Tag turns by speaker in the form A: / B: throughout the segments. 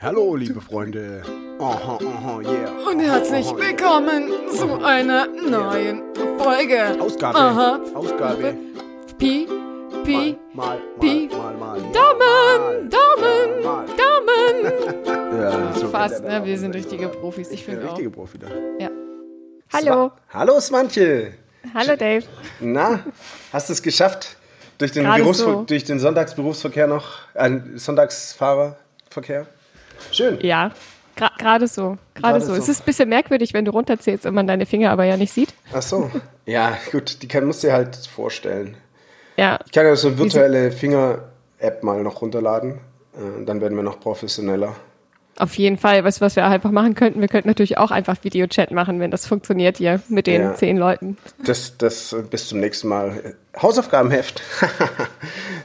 A: Hallo, liebe Freunde. Aha, aha, yeah.
B: Und herzlich willkommen zu einer neuen Folge.
A: Ausgabe.
B: Aha.
A: Ausgabe.
B: Pi, Pi,
A: Mal, mal,
B: Pi.
A: mal, mal. mal.
B: Daumen, Daumen,
A: Mal.
B: Daumen.
A: Ja, so
B: Fast,
A: geht der
B: ne? Wir sind
A: Daumen.
B: richtige Profis. Ich
A: Der
B: finde auch.
A: richtige Profi da.
B: Ja.
C: Hallo,
A: Swa- Hallo, Swantje.
C: hallo Dave.
A: Na, hast du es geschafft? Durch den,
C: Gerade
A: Berufsver
C: so.
A: durch den Sonntagsberufsverkehr noch, äh, Sonntagsfahrerverkehr? Schön.
C: Ja, gra- gerade so, gerade
A: Gerade
C: so.
A: so.
C: Es ist ein bisschen merkwürdig, wenn du runterzählst und man deine Finger aber ja nicht sieht.
A: Ach so. Ja, gut, die kann, musst du dir halt vorstellen.
C: Ja,
A: Ich kann ja so eine virtuelle Finger-App mal noch runterladen. Äh, dann werden wir noch professioneller.
C: auf jeden Fall. Weißt du, was wir einfach machen könnten? Wir könnten natürlich auch einfach Videochat machen, wenn das funktioniert hier mit den
A: Ja.
C: zehn Leuten.
A: Das, das äh, bis zum nächsten Mal. Äh, Hausaufgabenheft.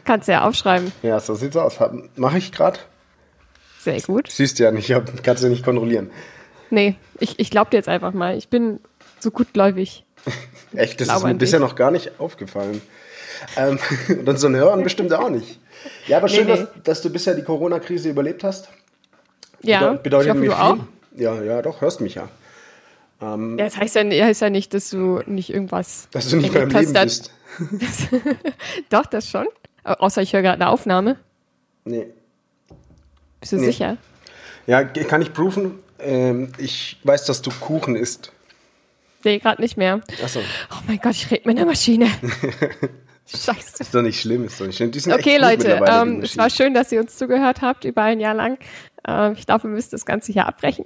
C: Kannst du ja aufschreiben.
A: ja, so sieht's aus. Mache ich gerade.
C: Sehr gut.
A: Siehst ja nicht, hab- kannst du nicht kontrollieren.
C: Nee, ich, ich glaub dir jetzt einfach mal. Ich bin so gutgläubig.
A: Echt, das ist
C: Glaube
A: mir
C: an dich.
A: bisher noch gar nicht aufgefallen. Ähm, und unseren Hörern bestimmt auch nicht. Ja, aber schön,
C: nee.
A: Dass, dass du bisher die Corona-Krise überlebt hast.
C: Ja,
A: Bedeu- bedeutet
C: ich hoffe,
A: mir
C: du
A: viel.
C: auch.
A: Ja, ja, doch, hörst mich ja.
C: Ja, das heißt ja, heißt ja nicht, dass du nicht irgendwas
A: Dass du nicht mehr im
C: erlebt hast,
A: Leben
C: dann-
A: bist.
C: Doch, das schon. Au- Außer ich höre gerade eine Aufnahme.
A: Nee.
C: Bist du
A: Nee.
C: sicher?
A: Ja, ge- kann ich prüfen? Ähm, ich weiß, dass du Kuchen isst.
C: Nee, gerade nicht mehr.
A: Achso, ist
C: Oh mein Gott, ich rede mit einer Maschine. Scheiße.
A: doch nicht schlimm, ist doch nicht schlimm. Die sind
C: Okay,
A: echt gut
C: Leute,
A: mittlerweile, die
C: ähm, es war
A: Maschinen.
C: schön, dass ihr uns zugehört habt über ein Jahr lang. Ähm, ich glaube, wir müssen das Ganze hier abbrechen.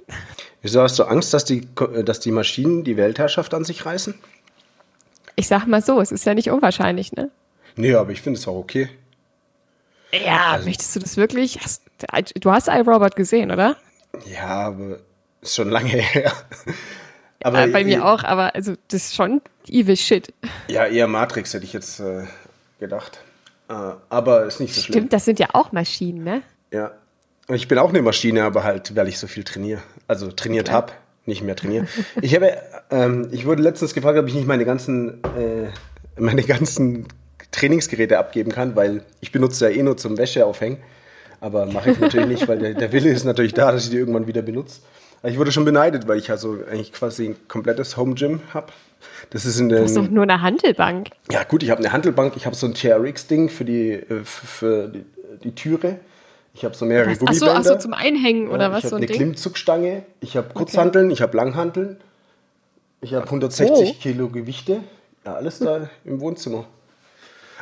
A: Wieso hast du Angst, dass die, Ko- äh, dass die Maschinen die Weltherrschaft an sich reißen?
C: Ich sag mal so, es ist ja nicht unwahrscheinlich, ne?
A: Nee, aber ich finde es auch okay.
C: Ja, Also, möchtest du das wirklich? Hast, du hast iRobot gesehen, oder?
A: Ja, aber ist schon lange her. Aber
C: äh, bei
A: eh-
C: mir auch, aber also das ist schon evil shit.
A: Ja, eher Matrix hätte ich jetzt äh, gedacht. Äh, aber ist nicht so schlimm.
C: Stimmt, das sind ja auch Maschinen, ne?
A: Ja. Und Ich bin auch eine Maschine, aber halt, weil ich so viel trainiere. Also trainiert hab, nicht mehr trainiere. Ich habe, ähm, ich wurde letztens gefragt, ob ich nicht meine ganzen, äh, meine ganzen Trainingsgeräte abgeben kann, weil ich benutze ja eh nur zum Wäsche aufhängen. Aber mache ich natürlich nicht, weil der, der Wille ist natürlich da, dass ich die irgendwann wieder benutze. Aber ich wurde schon beneidet, weil ich also eigentlich quasi ein komplettes Home Gym hab. Das ist in den,
C: Du hast doch nur eine Handelbank.
A: ja, gut, ich habe eine Handelbank, ich habe so ein TRX-Ding für die, äh, f- für die, die Türe. Ich habe so mehrere
C: Ach so,
A: Gummibänder.
C: ach so, zum Einhängen
A: Ja,
C: oder was?
A: Ich habe
C: So ein
A: eine
C: Ding?
A: Klimmzugstange, ich habe Kurzhanteln, ich habe Langhanteln, ich habe 160 Kilo Gewichte. Ja, alles da im Wohnzimmer.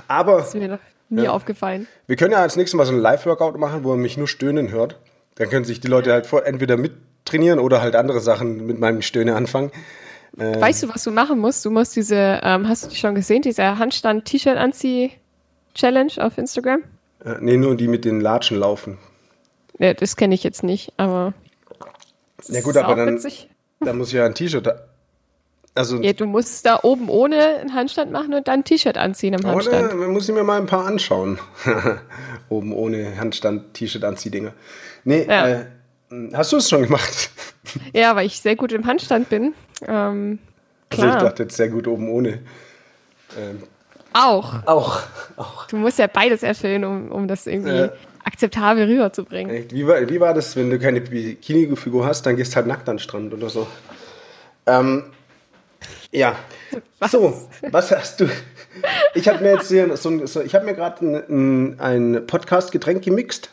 A: Aber
C: Ist mir noch nie
A: Ja.
C: aufgefallen.
A: wir können ja als nächstes Mal so ein Live-Workout machen, wo man mich nur stöhnen hört. Dann können sich die Leute halt vor, entweder mittrainieren oder halt andere Sachen mit meinem Stöhne anfangen. Ähm.
C: Weißt du, was du machen musst? Du musst diese, ähm, hast du die schon gesehen, diese Handstand-T-Shirt-Anzieh-Challenge auf Instagram?
A: Äh, nee, nur die mit den Latschen laufen.
C: Ja, das kenne ich jetzt nicht, aber. das
A: Ja, gut,
C: ist
A: aber
C: auch
A: dann-
C: Witzig.
A: Da muss ich ja ein T-Shirt. Also
C: Ja, du musst da oben ohne einen Handstand machen und dann ein T-Shirt anziehen im
A: Oder
C: Handstand.
A: man muss ich mir mal ein paar anschauen. Oben ohne Handstand, T-Shirt, Anziehdinger. Nee,
C: Ja.
A: äh, hast du es schon gemacht?
C: Ja, weil ich sehr gut im Handstand bin. Ähm,
A: Also ich
C: klar.
A: dachte jetzt sehr gut oben ohne.
C: auch.
A: Auch.
C: Du musst ja beides erfüllen, um, um das irgendwie
A: Ja.
C: akzeptabel rüberzubringen.
A: Echt? Wie war, wie war das, wenn du keine Bikini-Figur hast, dann gehst halt nackt an den Strand oder so? Ähm, ja. So, was hast du? Ich habe mir jetzt hier so, ein- so ich habe mir gerade ein, ein, ein Podcast-Getränk gemixt.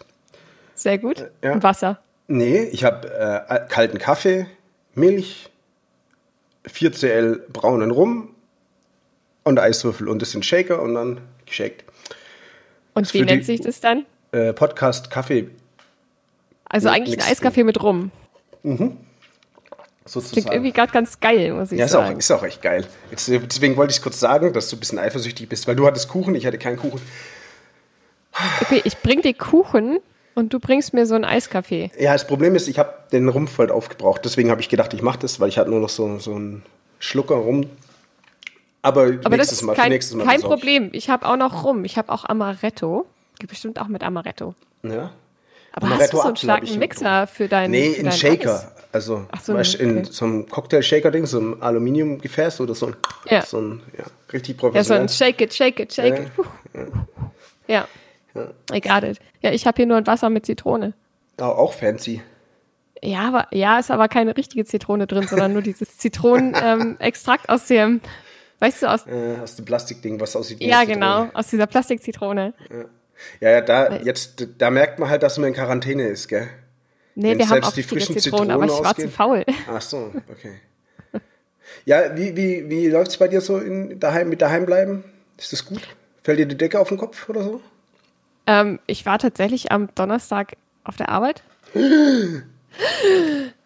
C: Sehr gut.
A: ja.
C: Und Wasser.
A: Nee, ich habe äh, kalten Kaffee, Milch, 4CL braunen Rum und Eiswürfel und das sind Shaker und dann geshakt.
C: Und
A: Ist
C: wie
A: für die-
C: nennt sich das dann?
A: Äh, Podcast Kaffee
C: Also
A: Ja,
C: eigentlich ein
A: nix.
C: Eiskaffee mit rum. Klingt
A: sozusagen.
C: irgendwie gerade ganz geil, muss ich
A: ja, ist auch,
C: sagen.
A: ist auch echt geil. Jetzt, äh, deswegen wollte ich es kurz sagen, dass du ein bisschen eifersüchtig bist, weil du hattest Kuchen, ich hatte keinen Kuchen.
C: Okay, ich bring dir Kuchen und du bringst mir so einen Eiskaffee.
A: Ja, das Problem ist, ich habe den Rumpf halt aufgebraucht. Deswegen habe ich gedacht, ich mache das, weil ich hatte nur noch so, so einen Schlucker rum. Aber,
C: Aber
A: nächstes
C: das ist
A: Mal, für
C: kein,
A: nächstes Mal
C: kein
A: besorge ich.
C: Problem. Ich habe auch noch rum. Ich habe auch Amaretto. Gibt bestimmt auch mit Amaretto.
A: Ja.
C: Aber
A: Amaretto
C: hast du
A: Apfel
C: so einen
A: hab
C: starken
A: ich
C: Mixer für deinen
A: Nee,
C: für
A: in
C: deinen
A: Shaker.
C: Eis?
A: Also
C: Ach
A: so,
C: so,
A: weißt, in
C: okay.
A: so einem Cocktail-Shaker-Ding, so einem Aluminiumgefäß oder so ein,
C: Ja.
A: so ein ja, richtig
C: Ja, so
A: professionell.
C: ein Shake it, shake it, shake it. Ja. I got it. Ja, ich habe hier nur ein Wasser mit Zitrone.
A: Au- auch fancy.
C: Ja, aber ja, ist aber keine richtige Zitrone drin, sondern nur dieses Zitronenextrakt aus dem, weißt du, aus.
A: Äh, aus dem Plastikding, was aussieht wie
C: Ja,
A: eine Zitrone.
C: genau, aus dieser Plastikzitrone.
A: Ja, ja, da, jetzt, da merkt man halt, dass man in Quarantäne ist, gell?
C: Nee,
A: Wenn
C: wir haben
A: selbst
C: auch
A: die
C: richtige
A: frischen
C: Zitronen, aber ich
A: Zitronen
C: war zu
A: ausgehen.
C: faul.
A: Ach so, okay. Ja, wie, wie, wie läuft es bei dir so in, daheim, mit daheim bleiben? Ist das gut? Fällt dir die Decke auf den Kopf oder so?
C: Ähm, ich war tatsächlich am Donnerstag auf der Arbeit,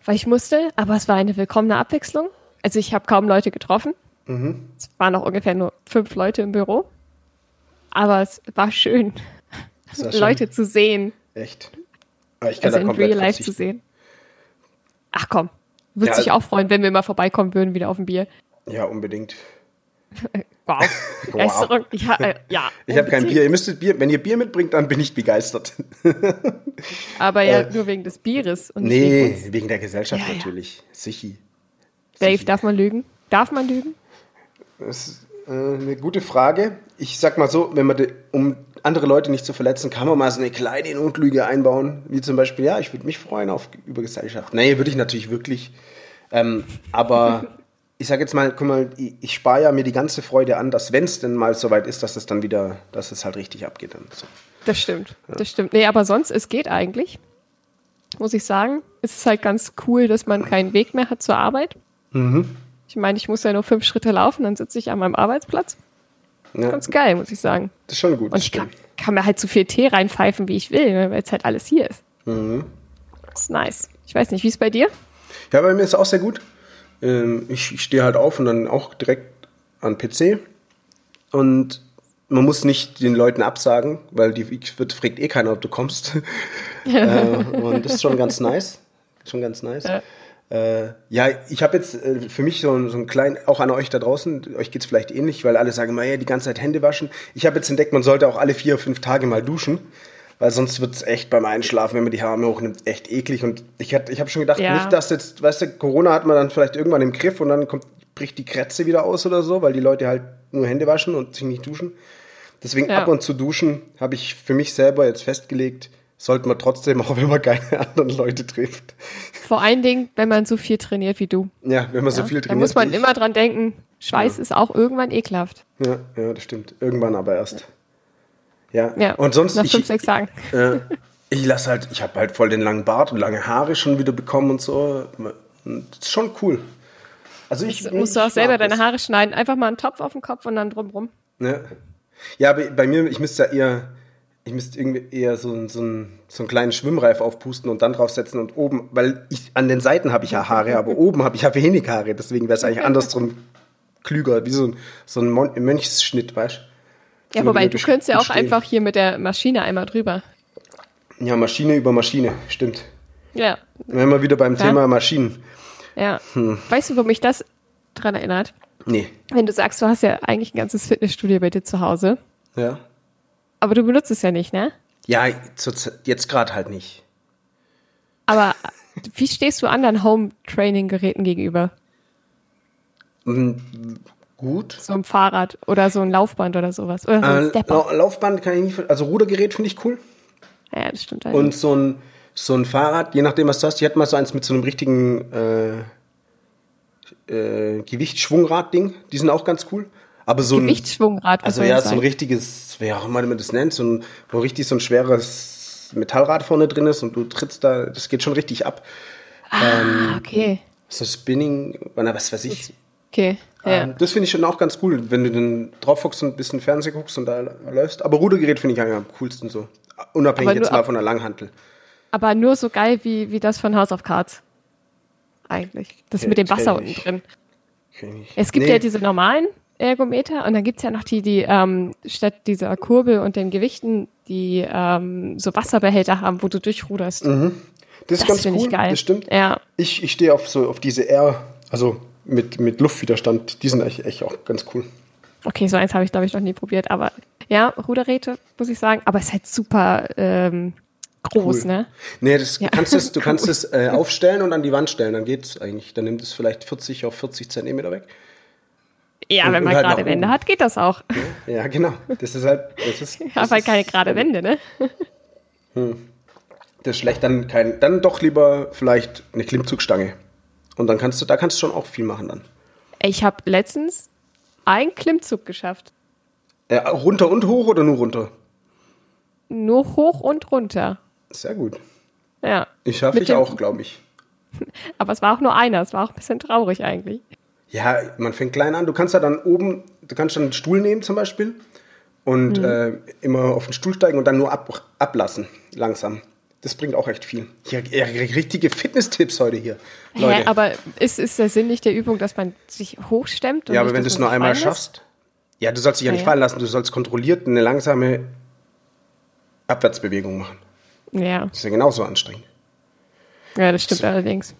C: weil ich musste, aber es war eine willkommene Abwechslung. Also ich habe kaum Leute getroffen.
A: Mhm.
C: Es waren noch ungefähr nur fünf Leute im Büro. Aber es war schön,
A: Ist das schon
C: Leute zu sehen,
A: Echt. Aber ich kann
C: also
A: da
C: in
A: komplett
C: real life zu
A: verzichten.
C: sehen. Ach komm, würde
A: Ja,
C: sich
A: also-
C: auch freuen, wenn wir mal vorbeikommen würden wieder auf ein Bier.
A: Ja, unbedingt.
C: Wow. Begeisterung. Ja, äh, ja.
A: Ich habe kein
C: unbedingt.
A: Bier. Ihr müsstet Bier, wenn ihr Bier mitbringt, dann bin ich begeistert.
C: Aber ja, nur wegen des Bieres. Und nicht wegen
A: Äh, Nee,
C: uns.
A: wegen der Gesellschaft
C: Ja, ja.
A: natürlich. Sichi.
C: Dave, darf man lügen? Darf man lügen?
A: Das ist äh, eine gute Frage. Ich sag mal so, wenn man, de- um andere Leute nicht zu verletzen, kann man mal so eine kleine Notlüge einbauen, wie zum Beispiel, ja, ich würde mich freuen auf, über Gesellschaft. Nee, würde ich natürlich wirklich. Ähm, aber ich sag jetzt mal, guck mal, ich, ich spare ja mir die ganze Freude an, dass wenn es denn mal soweit ist, dass es dann wieder, dass es halt richtig abgeht. Dann so.
C: Das stimmt, das stimmt. Nee, aber sonst, es geht eigentlich, muss ich sagen. Es ist halt ganz cool, dass man keinen Weg mehr hat zur Arbeit.
A: Mhm.
C: Ich meine, ich muss ja nur fünf Schritte laufen, dann sitze ich an meinem Arbeitsplatz.
A: Ja, das
C: Ganz geil, muss ich sagen.
A: ist schon gut.
C: Und ich kann, kann mir halt so viel Tee reinpfeifen, wie ich will, ne, weil jetzt halt alles hier ist.
A: Mhm.
C: Das ist nice. Ich weiß nicht, wie ist bei dir?
A: Ja, bei mir ist auch sehr gut. Ähm, ich ich stehe halt auf und dann auch direkt an PC. Und man muss nicht den Leuten absagen, weil die ich wird, fragt eh keiner, ob du kommst. äh, und das ist schon ganz nice. Schon ganz nice.
C: Ja.
A: Äh, ja, ich habe jetzt äh, für mich so, einen- so einen kleinen, auch an euch da draußen, euch geht's vielleicht ähnlich, weil alle sagen immer, ja, die ganze Zeit Hände waschen. Ich habe jetzt entdeckt, man sollte auch alle vier, fünf Tage mal duschen, weil sonst wird's echt beim Einschlafen, wenn man die Haare hochnimmt, echt eklig. Und ich, hat- ich habe schon gedacht,
C: Ja.
A: nicht, dass jetzt, weißt du, Corona hat man dann vielleicht irgendwann im Griff und dann kommt, bricht die Krätze wieder aus oder so, weil die Leute halt nur Hände waschen und sich nicht duschen. Deswegen
C: Ja.
A: ab und zu duschen habe ich für mich selber jetzt festgelegt, sollte man trotzdem, auch wenn man keine anderen Leute trifft.
C: Vor allen Dingen, wenn man so viel trainiert wie du.
A: Ja, wenn man so
C: ja?
A: viel trainiert.
C: da muss man
A: wie ich.
C: immer dran denken, Schweiß ist auch irgendwann ekelhaft.
A: Ja, ja, das stimmt. Irgendwann aber erst. Ja.
C: Ja,
A: Und sonst
C: nach
A: ich,
C: fünf, sechs Tagen.
A: äh, ich lasse halt, ich habe halt voll den langen Bart und lange Haare schon wieder bekommen und so. Und das ist schon cool. Also ich
C: Du musst du auch
A: ich
C: selber
A: mag
C: deine
A: das.
C: Haare schneiden. Einfach mal einen Topf auf den Kopf und dann drumrum.
A: Ja, Ne? ja bei, bei mir, ich müsste ja eher, ich müsste irgendwie eher so, ein- so, ein, so einen kleinen Schwimmreif aufpusten und dann draufsetzen und oben, weil ich, an den Seiten habe ich ja Haare, aber oben habe ich ja wenig Haare, deswegen wäre es eigentlich andersrum klüger, wie so ein, so ein Mon Mönchsschnitt, weißt
C: Ja,
A: Immer
C: wobei,
A: wieder
C: du
A: best-
C: könntest ja auch
A: bestehen.
C: einfach hier mit der Maschine einmal drüber.
A: du? Ja, Maschine über Maschine, stimmt.
C: Ja,
A: Wenn wir wieder beim
C: Ja.
A: Thema Maschinen.
C: ja.
A: Hm.
C: Weißt du, wo mich das dran erinnert?
A: Nee.
C: Wenn du sagst, du hast ja eigentlich ein ganzes Fitnessstudio bei dir zu Hause,
A: Ja.
C: aber du benutzt es ja nicht, ne?
A: Ja, zur Ze- jetzt gerade halt nicht.
C: Aber wie stehst du anderen Home-Training-Geräten gegenüber?
A: Gut.
C: So ein Fahrrad oder so ein Laufband oder sowas. Oder so ein
A: Äh,
C: Stepper.
A: Lau- Laufband kann ich nicht, ver- also Rudergerät finde ich cool.
C: Ja, das stimmt.
A: Und so ein, so ein Fahrrad, je nachdem, was du hast, ich hatte mal so eins mit so einem richtigen äh, äh, Gewichtsschwungrad-Ding. Die sind auch ganz cool. Aber so ein,
C: Lichtschwungrad.
A: also ja, so ein richtiges, wie auch immer man das nennt, so ein, wo richtig so ein schweres Metallrad vorne drin ist und du trittst da, das geht schon richtig ab.
C: ah, okay.
A: So Spinning, na, was weiß ich.
C: Okay, ja.
A: Ähm, Das finde ich schon auch ganz cool, wenn du dann drauf guckst und ein bisschen Fernsehen guckst und da läufst. Aber Rudergerät finde ich eigentlich am coolsten so. Unabhängig
C: Aber nur
A: jetzt mal
C: ab-
A: von der Langhantel.
C: Aber nur so geil wie, wie das von House of Cards. Eigentlich. Das mit dem Wasser unten
A: Natürlich.
C: drin.
A: Kenn ich nicht.
C: Es gibt
A: Nee.
C: ja diese normalen Ergometer und dann gibt's ja noch die, die ähm, statt dieser Kurbel und den Gewichten, die ähm, so Wasserbehälter haben, wo du durchruderst.
A: Mhm. Das ist
C: Das
A: ganz
C: finde
A: cool,
C: ich geil.
A: das stimmt.
C: Ja.
A: Ich, ich stehe auf so auf diese R, also mit, mit Luftwiderstand, die sind eigentlich echt auch ganz cool.
C: Okay, so eins habe ich, glaube ich, noch nie probiert, aber ja, Ruderräte, muss ich sagen, aber es ist halt super ähm, groß,
A: Cool.
C: ne?
A: Nee, das,
C: Ja.
A: du kannst es, du kannst es äh, aufstellen und an die Wand stellen, dann geht's eigentlich. Dann nimmt es vielleicht 40 auf 40 Zentimeter weg.
C: Ja,
A: Und-
C: wenn
A: und
C: man
A: halt
C: gerade
A: nach
C: Wände
A: oben.
C: hat, geht das auch.
A: Ja, genau. Das ist halt. Das ist, das
C: aber
A: ist,
C: keine gerade Wände, ne?
A: Das ist schlecht, dann kein, dann doch lieber vielleicht eine Klimmzugstange. Und dann kannst du, da kannst du schon auch viel machen dann.
C: Ich habe letztens einen Klimmzug geschafft.
A: Äh, runter und hoch oder nur runter?
C: Nur hoch und runter.
A: Sehr gut.
C: Ja.
A: Ich schaffe
C: Mit
A: ich
C: dem-
A: auch, glaube ich.
C: Aber es war auch nur einer. Es war auch ein bisschen traurig eigentlich.
A: Ja, man fängt klein an. Du kannst ja dann oben, du kannst dann einen Stuhl nehmen zum Beispiel
C: Mhm.
A: und äh, immer auf den Stuhl steigen und dann nur ab, ablassen, langsam. Das bringt auch echt viel. Ja, ja, richtige Fitness-Tipps heute hier, Leute.
C: Hä, aber ist, ist der Sinn nicht der Übung, dass man sich hochstemmt? und
A: ja, aber
C: nicht,
A: wenn du
C: dass
A: es nur
C: man sich
A: einmal
C: fallen lässt?
A: schaffst, ja, du sollst dich ja nicht
C: Ja, ja.
A: fallen lassen, du sollst kontrolliert eine langsame Abwärtsbewegung machen.
C: Ja,
A: Das ist ja genauso anstrengend.
C: ja, das stimmt allerdings.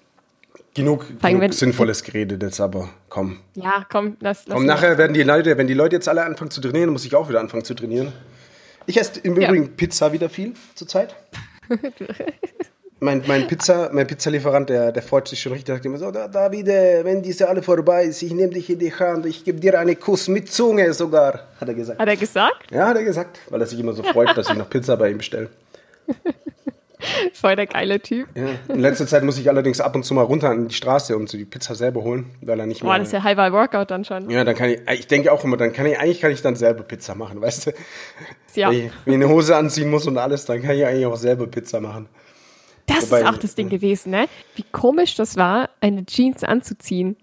A: Genug,
C: allem,
A: genug
C: wenn-
A: sinnvolles Geredet jetzt aber, komm.
C: Ja, komm, lass, lass
A: Und
C: mal.
A: nachher werden die Leute, wenn die Leute jetzt alle anfangen zu trainieren, muss ich auch wieder anfangen zu trainieren. Ich esse im
C: Ja.
A: Übrigen Pizza wieder viel zurzeit. mein, mein, Pizza, mein Pizzalieferant, der, der freut sich schon richtig. Der sagt immer so, "Da- Davide, wenn diese alle vorbei ist, ich nehme dich in die Hand, ich gebe dir einen Kuss mit Zunge sogar, hat er gesagt.
C: Hat er gesagt?
A: Ja, hat er gesagt, weil er sich immer so freut, dass ich noch Pizza bei ihm bestelle.
C: Voll der geile Typ.
A: Ja. In letzter Zeit muss ich allerdings ab und zu mal runter an die Straße und so die Pizza selber holen, weil er nicht mehr...
C: Boah, das ist ja halber Workout dann schon.
A: Ja, dann kann ich, ich denke auch immer, dann kann ich, eigentlich kann ich dann selber Pizza machen, weißt du?
C: Ja,
A: Wenn ich mir eine Hose anziehen muss und alles, dann kann ich eigentlich auch selber Pizza machen.
C: das
A: wobei-
C: ist auch das Ding gewesen, ne? Wie komisch das war, eine Jeans anzuziehen.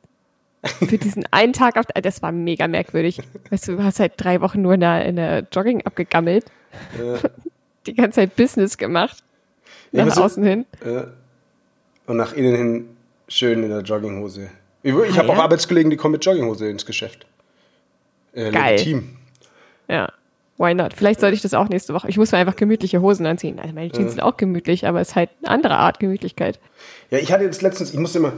C: Für diesen einen Tag auf. Das war mega merkwürdig. Weißt du, du hast halt drei Wochen nur in der, in der Jogging abgegammelt. Die ganze Zeit Business gemacht.
A: Ja,
C: Nach
A: so-
C: außen hin.
A: Ja. Und nach innen hin schön in der Jogginghose. Ich, ich
C: Ah,
A: habe auch
C: ja?
A: Arbeitskollegen, die kommen mit Jogginghose ins Geschäft. Äh,
C: Geil.
A: Legitim.
C: Ja. Why not? Vielleicht sollte ich das auch nächste Woche. Ich muss mir einfach gemütliche Hosen anziehen. Also meine Jeans sind auch gemütlich, aber es ist halt eine andere Art Gemütlichkeit.
A: Ja, ich hatte jetzt letztens, ich musste immer,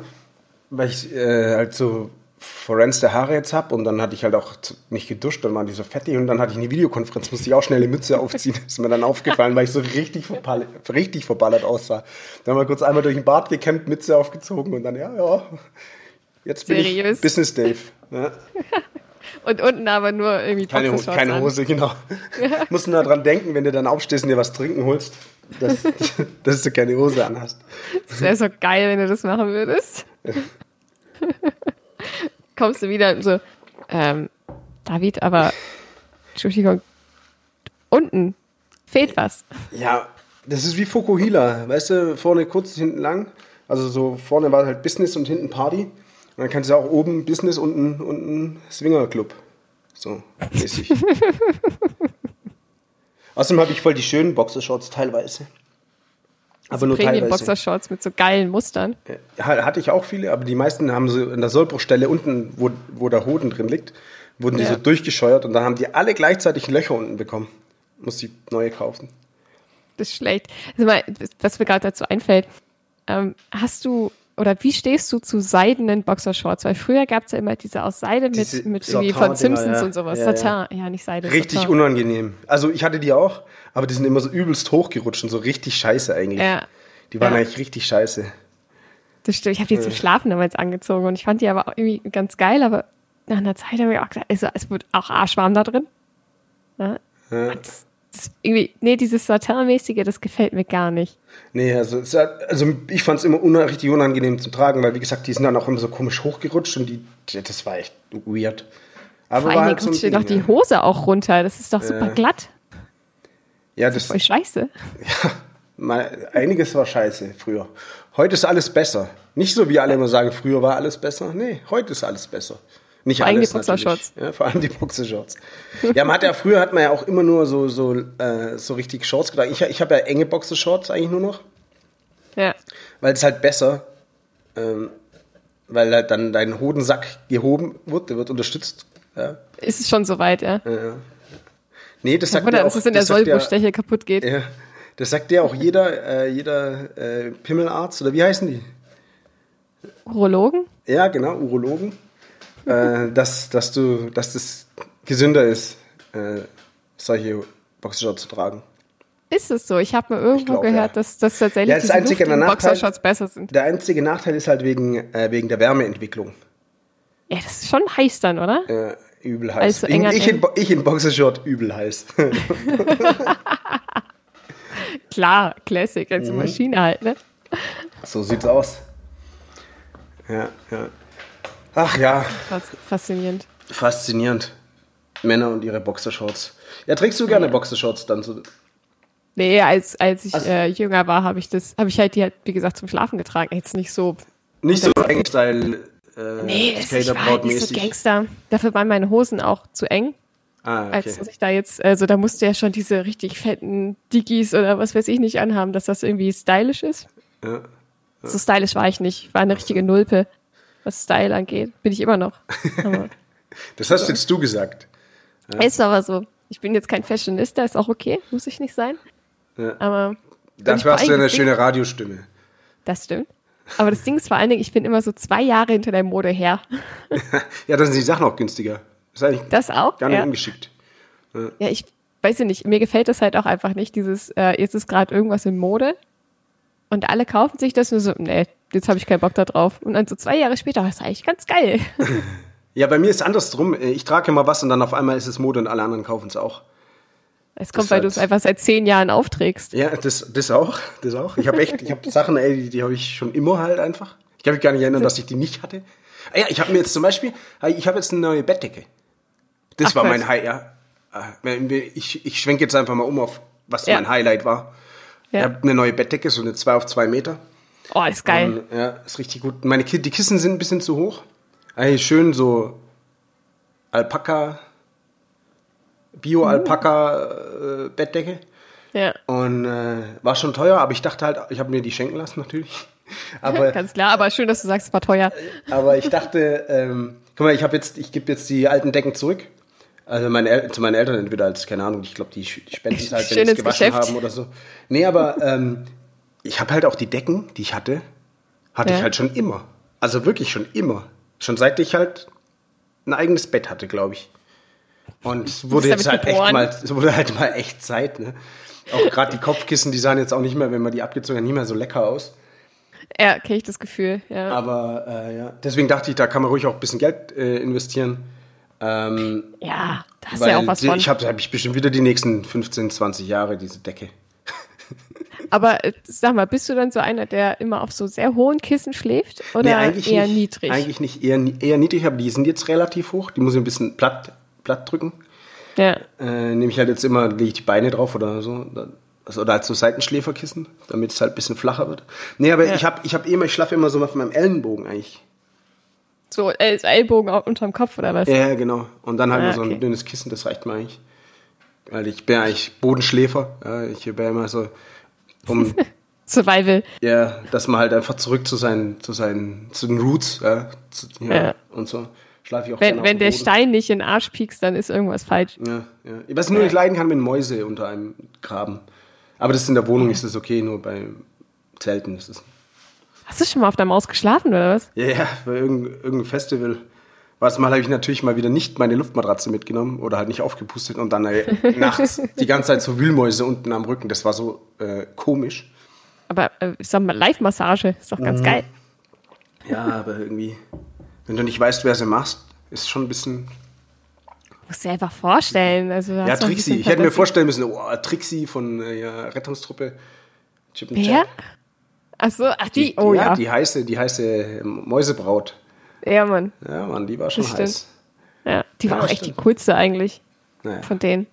A: weil ich äh, halt so forensische Haare jetzt habe und dann hatte ich halt auch zu- nicht geduscht, dann waren die so fettig und dann hatte ich eine Videokonferenz, musste ich auch schnell die Mütze aufziehen. ist mir dann aufgefallen, weil ich so richtig verballert, richtig verballert aussah. Dann haben wir kurz einmal durch den Bart gekämmt, Mütze aufgezogen und dann, ja, ja, jetzt bin
C: Seriös?
A: ich Business Dave. Ne?
C: Und unten aber nur irgendwie
A: Keine, Ho-
C: Boxershorts
A: keine
C: an.
A: Hose, genau. Musst nur dran denken, wenn du dann aufstehst und dir was trinken holst, dass, dass du keine Hose anhast.
C: Das wäre so geil, wenn du das machen würdest. Kommst du wieder und so, ähm, David, aber Entschuldigung, unten fehlt was.
A: Ja, das ist wie Fokuhila, weißt du, vorne kurz, hinten lang. Also so vorne war halt Business und hinten Party. Und dann kannst du auch oben Business, unten, unten Swingerclub. So, mäßig. Außerdem habe ich voll die schönen Boxershorts teilweise. Aber nur
C: Premium
A: teilweise.
C: Boxershorts mit so geilen Mustern.
A: Ha- Hatte ich auch viele, aber die meisten haben so an der Sollbruchstelle unten, wo, wo der Hoden drin liegt, wurden die
C: Ja.
A: so durchgescheuert und dann haben die alle gleichzeitig Löcher unten bekommen. Muss die neue kaufen.
C: Das ist schlecht. Also mal, was mir gerade dazu einfällt, ähm, hast du oder wie stehst du zu seidenen Boxershorts? Weil früher gab es ja immer diese aus Seide mit,
A: Diese
C: mit irgendwie
A: Satin-Dinger,
C: von Simpsons
A: ja.
C: und sowas.
A: Ja, ja.
C: Satin, ja, nicht Seide.
A: Richtig
C: Satin.
A: unangenehm. Also ich hatte die auch, aber die sind immer so übelst hochgerutscht und so richtig scheiße eigentlich.
C: Ja.
A: Die waren
C: Ja.
A: eigentlich richtig scheiße.
C: Das stimmt. Ich habe die
A: Äh.
C: zum Schlafen damals angezogen und ich fand die aber auch irgendwie ganz geil, aber nach einer Zeit habe ich auch gedacht, also, es wird auch arschwarm da drin. Ne? Das, das irgendwie, nee, dieses Satin-mäßige, das gefällt mir gar nicht.
A: Nee, also, es hat- also ich fand es immer una richtig unangenehm zu tragen, weil wie gesagt, die sind dann auch immer so komisch hochgerutscht und die, das war echt weird. Aber
C: Vor
A: war
C: allen
A: halt
C: Dingen
A: so ein
C: rutscht dir
A: Ding,
C: doch die
A: ja.
C: Hose auch runter. Das ist doch super glatt.
A: ja, das,
C: Voll scheiße.
A: mal, einiges war scheiße früher. Heute ist alles besser. Nicht so, wie alle immer sagen, früher war alles besser. Nee, heute ist alles besser. Nicht
C: Vor allem
A: alles
C: die Boxershorts.
A: natürlich. Ja, vor allem die Boxershorts. ja, man hat ja früher hat man ja auch immer nur so so äh, so richtig Shorts getragen. Ich, ich habe ja enge Boxershorts eigentlich nur noch,
C: Ja.
A: weil es halt besser, ähm, weil halt dann dein Hodensack gehoben wird, der wird unterstützt. Ja.
C: Ist es schon soweit, ja.
A: Nee, das sagt
C: Oder
A: ja auch.
C: dass es in der
A: das sagt ja-
C: Sollbruchstelle kaputt geht.
A: Ja, das sagt ja auch jeder äh, jeder äh, Pimmelarzt oder wie heißen die?
C: Urologen?
A: Ja, genau, Urologen. äh, dass, dass, du, dass das gesünder ist, äh, solche Boxershorts zu tragen.
C: Ist es so? Ich habe mal irgendwo
A: glaub,
C: gehört,
A: ja.
C: dass, dass tatsächlich
A: Ja, das
C: diese
A: einzige
C: luftigen
A: Nachteil-
C: Boxershorts besser sind.
A: Der einzige Nachteil ist halt wegen, äh, wegen der Wärmeentwicklung.
C: Ja, das ist schon heiß dann, oder?
A: Äh, übel heiß.
C: Also eng an
A: ich, ich,
C: eng.
A: in, Bo- ich in Boxershort übel heiß.
C: Klar, Classic, als
A: Mhm.
C: Maschine halt, ne?
A: So sieht's aus. Ja, ja. Ach ja,
C: Fas- Faszinierend.
A: faszinierend. Männer und ihre Boxershorts. Ja, trägst du gerne Boxershorts dann so?
C: Nee, als, als ich
A: Also-
C: äh, jünger war, habe ich das, habe ich halt die halt, wie gesagt, zum Schlafen getragen. Jetzt nicht so.
A: Nicht so Gangstyle. Äh,
C: Nee, das ich war halt nicht so
A: Skaterboard-mäßig.
C: Gangster. Dafür waren meine Hosen auch zu eng.
A: Ah,
C: Als dass
A: okay.
C: ich da jetzt, also da musst du ja schon diese richtig fetten Dickies oder was weiß ich nicht anhaben, dass das irgendwie stylisch ist.
A: Ja.
C: So stylisch war ich nicht. Ich war eine richtige Nulpe, was Style angeht. Bin ich immer noch. Aber
A: Das hast jetzt du gesagt.
C: Ist aber so. Ich bin jetzt kein Fashionista, ist auch okay, muss ich nicht sein.
A: Ja.
C: Aber ich
A: Dafür hast du
C: vor allem
A: eine
C: das Ding-
A: schöne Radiostimme.
C: das stimmt. Aber das Ding ist vor allen Dingen, ich bin immer so zwei Jahre hinter der Mode her.
A: Ja, dann sind die Sachen auch günstiger. Ist eigentlich
C: Das auch?
A: gar nicht
C: Ja.
A: ungeschickt.
C: ja, ich weiß ja nicht, mir gefällt das halt auch einfach nicht, dieses, äh, jetzt ist gerade irgendwas in Mode und alle kaufen sich das und so, nee, jetzt habe ich keinen Bock da drauf. Und dann so zwei Jahre später, das ist eigentlich ganz geil.
A: Ja, bei mir ist es andersrum. Äh, Ich trage immer was und dann auf einmal ist es Mode und alle anderen kaufen es auch.
C: Es
A: Ist
C: kommt, weil
A: halt-
C: du es einfach seit zehn Jahren aufträgst.
A: Ja, das, das auch. Das auch. Ich habe echt, ich habe Sachen, ey, die, die habe ich schon immer halt einfach. Ich kann mich gar nicht erinnern, dass ich die nicht hatte. Ah ja, ich habe mir jetzt zum Beispiel, ah, ich habe jetzt eine neue Bettdecke. Das
C: Ach,
A: war
C: Quatsch.
A: mein High, ja. Ah, wenn wir- Ich, ich schwenke jetzt einfach mal um auf, was
C: Ja.
A: mein Highlight war.
C: Ja.
A: Ich habe eine neue Bettdecke, so eine 2 auf 2 Meter.
C: Oh, ist geil.
A: Und, ja, ist richtig gut. Meine Ki die Kissen sind ein bisschen zu hoch. Eigentlich schön so Alpaka, Bio-Alpaka-Bettdecke.
C: Ja.
A: äh, Und äh, war schon teuer, aber ich dachte halt, ich habe mir die schenken lassen natürlich. Aber,
C: Ganz klar, aber schön, dass du sagst, es war teuer.
A: aber ich dachte, ähm, guck mal, ich habe jetzt, ich gebe jetzt die alten Decken zurück. Also meine El zu meinen Eltern entweder als, keine Ahnung, ich glaube, die, sch- die spenden es halt,
C: Schön
A: wenn sie es
C: ins
A: gewaschen
C: Geschäft.
A: haben oder so. Nee, aber ähm, ich habe halt auch die Decken, die ich hatte, hatte
C: Ja.
A: ich halt schon immer. Also wirklich schon immer. Schon seit ich halt ein eigenes Bett hatte, glaube ich. Und es wurde
C: bist
A: jetzt
C: damit
A: halt echt
C: geboren.
A: mal, es wurde halt mal echt Zeit, ne? Auch gerade die Kopfkissen, die sahen jetzt auch nicht mehr, wenn man die abgezogen hat, nicht mehr so lecker aus.
C: Ja, kenne ich das Gefühl. Ja.
A: Aber äh, ja, deswegen dachte ich, da kann man ruhig auch ein bisschen Geld äh, investieren. Ähm,
C: ja, da hast du
A: weil
C: ja auch was
A: die-
C: von.
A: ich habe hab ich bestimmt wieder die nächsten 15, 20 Jahre diese Decke.
C: Aber äh, sag mal, bist du dann so einer, der immer auf so sehr hohen Kissen schläft oder eher
A: nicht,
C: niedrig?
A: Eigentlich nicht, eher, ni- eher niedrig, aber die sind jetzt relativ hoch. Die muss ich ein bisschen platt, platt drücken.
C: ja.
A: Äh, Nehme ich halt jetzt immer, lege ich die Beine drauf oder so. Dann- Also, oder halt so Seitenschläferkissen, damit es halt ein bisschen flacher wird. Nee, aber
C: Ja.
A: ich habe ich hab eh immer, ich schlafe immer so auf meinem Ellenbogen eigentlich.
C: So El Ellbogen au- unterm Kopf oder was?
A: Ja, ja, genau. Und dann halt
C: Ah,
A: nur so ein
C: okay.
A: dünnes Kissen, das reicht mir eigentlich. Weil ich bin ja eigentlich Bodenschläfer. Ja, ich bin ja immer so, um,
C: Survival.
A: ja, dass man halt einfach zurück zu seinen, zu seinen, zu den Roots, ja, zu, ja,
C: Ja.
A: und so. Schlafe ich auch gerne
C: Wenn,
A: auf
C: wenn
A: dem
C: der
A: Genau, Boden.
C: Stein nicht in den Arsch piekst, dann ist irgendwas falsch.
A: Ja, ja. Was ich nur nicht leiden kann, wenn Mäuse unter einem graben. Aber das ist in der Wohnung ist das okay, nur bei Zelten ist es.
C: Hast du schon mal auf der Maus geschlafen oder was?
A: Ja, ja, bei irgendein- irgendeinem Festival. Was mal habe ich natürlich mal wieder nicht meine Luftmatratze mitgenommen oder halt nicht aufgepustet und dann äh, nachts die ganze Zeit so Wühlmäuse unten am Rücken. Das war so äh, komisch.
C: Aber äh, ich sag mal, Live-Massage ist doch
A: Mhm.
C: ganz geil.
A: Ja, aber irgendwie, wenn du nicht weißt, wer sie machst, ist schon ein bisschen.
C: Musst du dir einfach vorstellen. Also, da
A: Ja,
C: hast du ein
A: Trixie.
C: bisschen
A: Ich hätte mir
C: Fantasie.
A: vorstellen müssen, oh, Trixie von äh, ja, Rettungstruppe. Chip and
C: Wer?
A: Chap.
C: Ach so, ach die, oh ja.
A: Die heiße, die heiße Mäusebraut.
C: Ja, Mann.
A: Ja, Mann, die war schon
C: Das stimmt.
A: heiß.
C: Ja, die war
A: Ja,
C: auch echt die
A: stimmt.
C: coolste eigentlich
A: Naja.
C: von denen.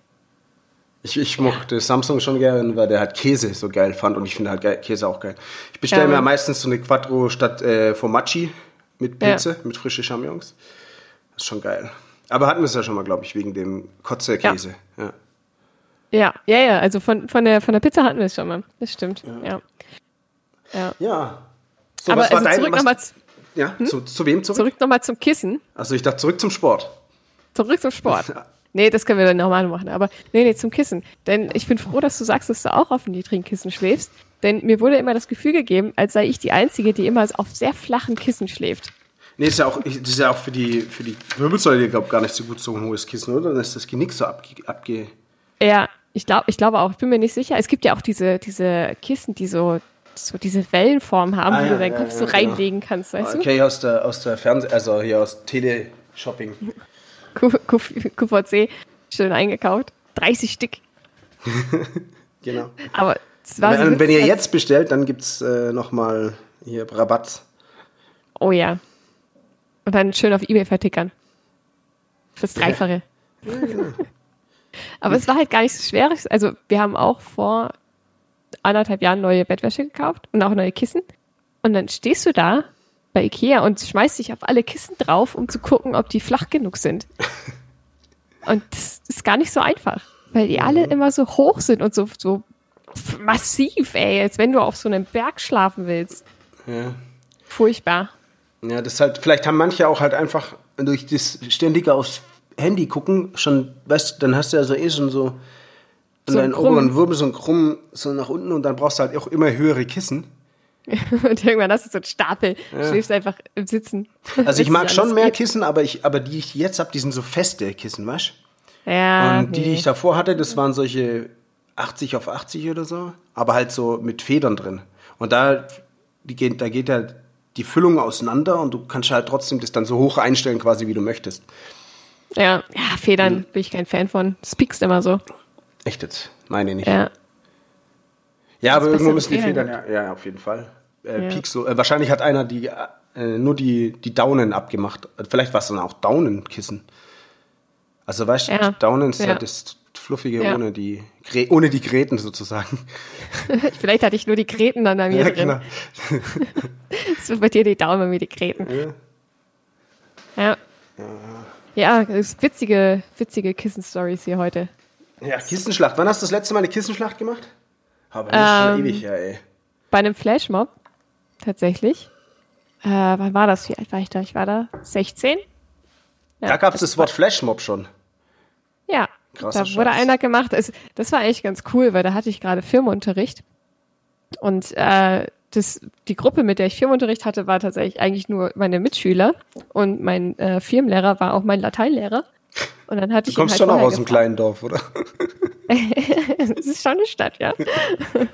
A: Ich, ich mochte Samsung schon gern, weil der halt Käse so geil fand und ich finde halt geil, Käse auch geil. Ich bestelle
C: Ja.
A: mir meistens so eine Quattro statt äh, Formaggi mit
C: Ja.
A: Pilze, mit frischen Champignons. Das ist schon geil. Aber hatten wir es ja schon mal, glaube ich, wegen dem Kotze-Käse. Ja.
C: Ja, ja, ja. Also von, von, der, von der Pizza hatten wir es schon mal. Das stimmt. Ja.
A: Ja. So,
C: Aber
A: was war
C: also
A: dein...
C: zurück
A: was,
C: nochmal z-
A: ja, zu, zu wem zurück?
C: zurück noch mal zum Kissen.
A: Also ich dachte, zurück zum Sport.
C: Zurück zum Sport. Nee, das können wir dann normal machen. Aber nee, nee, zum Kissen. Denn ich bin froh, dass du sagst, dass du auch auf einem niedrigen Kissen schläfst. Denn mir wurde immer das Gefühl gegeben, als sei ich die Einzige, die immer auf sehr flachen Kissen schläft.
A: Nee, ist ja auch, ist ja auch für, die, für die Wirbelsäule, glaube ich, gar nicht so gut so ein hohes Kissen, oder? Dann ist das Genick so abge... abge
C: Ja, ich glaube ich glaube auch. Ich bin mir nicht sicher. Es gibt ja auch diese, diese Kissen, die so, so diese Wellenform haben,
A: Ah,
C: wo
A: ja,
C: du deinen
A: ja,
C: Kopf
A: ja,
C: so
A: genau.
C: reinlegen kannst, weißt
A: okay, aus der, aus der Fernseh... Also hier aus Teleshopping.
C: du? Q- Q- QVC, schön eingekauft. 30 Stück.
A: Genau.
C: Aber Das war so
A: Wenn, wenn
C: witzig,
A: ihr
C: als-
A: jetzt bestellt, dann gibt es äh, nochmal hier Rabatt.
C: Oh ja. Und dann schön auf Ebay vertickern. Fürs Dreifache. Aber es war halt gar nicht so schwer. Also wir haben auch vor anderthalb Jahren neue Bettwäsche gekauft und auch neue Kissen. Und dann stehst du da bei Ikea und schmeißt dich auf alle Kissen drauf, um zu gucken, ob die flach genug sind. Und das ist gar nicht so einfach, weil die alle immer so hoch sind und so, so massiv, ey, als wenn du auf so einem Berg schlafen willst.
A: Ja.
C: Furchtbar.
A: Ja, das ist halt, vielleicht haben manche auch halt einfach durch das ständige aufs Handy gucken, schon, weißt du, dann hast du ja so eh schon so in
C: So
A: deinen
C: krumm.
A: oberen Wirbel so einen krumm so nach unten und dann brauchst du halt auch immer höhere Kissen.
C: Und irgendwann hast du so einen Stapel, schläfst einfach im Sitzen.
A: Also ich mag
C: Alles
A: schon mehr
C: geht.
A: Kissen, aber ich, aber die ich jetzt habe, die sind so feste Kissen, weißt
C: Ja,
A: Und die, die ich davor hatte, das waren solche 80 auf 80 oder so, aber halt so mit Federn drin. Und da, die geht, da geht halt die Füllung auseinander und du kannst halt trotzdem das dann so hoch einstellen, quasi wie du möchtest.
C: ja, ja, Federn bin ich kein Fan von. Das piekst immer so.
A: Echt jetzt? Nein, nee, nicht.
C: Ja.
A: Ja, aber
C: Das
A: irgendwo müssen
C: beste
A: die Federn,
C: Empfehlen.
A: ja, ja, auf jeden Fall. Äh,
C: Ja.
A: Piekso, äh, wahrscheinlich hat einer die, äh, nur die, die Daunen abgemacht. Vielleicht war es dann auch Daunenkissen. Also weißt du,
C: Ja.
A: Daunen ist
C: Ja.
A: halt das Fluffige
C: Ja.
A: ohne die, Grä- ohne die Gräten sozusagen.
C: Vielleicht hatte ich nur die Kreten dann bei mir
A: Ja,
C: drin.
A: genau.
C: Das wird bei dir die Daumen, bei mir die Kreten. Ja. Ja, das ist witzige, witzige Kissen-Stories hier heute.
A: Ja, Kissenschlacht. Wann hast du das letzte Mal eine Kissenschlacht gemacht? Aber das ist schon
C: Ähm.
A: ewig her, ey.
C: Bei einem Flashmob, tatsächlich. Äh, wann war das? Wie alt war ich da? Ich war da 16?
A: Da gab es das Wort Flashmob schon.
C: Ja,
A: Krasser
C: da wurde
A: Scheiß.
C: einer gemacht. Es, das war eigentlich ganz cool, weil da hatte ich gerade Firmenunterricht. Und äh, das, die Gruppe, mit der ich Firmenunterricht hatte, war tatsächlich eigentlich nur meine Mitschüler. Und mein äh, Firmenlehrer war auch mein Lateinlehrer. Und dann hatte
A: Du
C: ich ihn
A: kommst
C: halt
A: schon auch
C: vorher
A: aus dem kleinen Dorf, oder?
C: es ist schon eine Stadt, ja. Und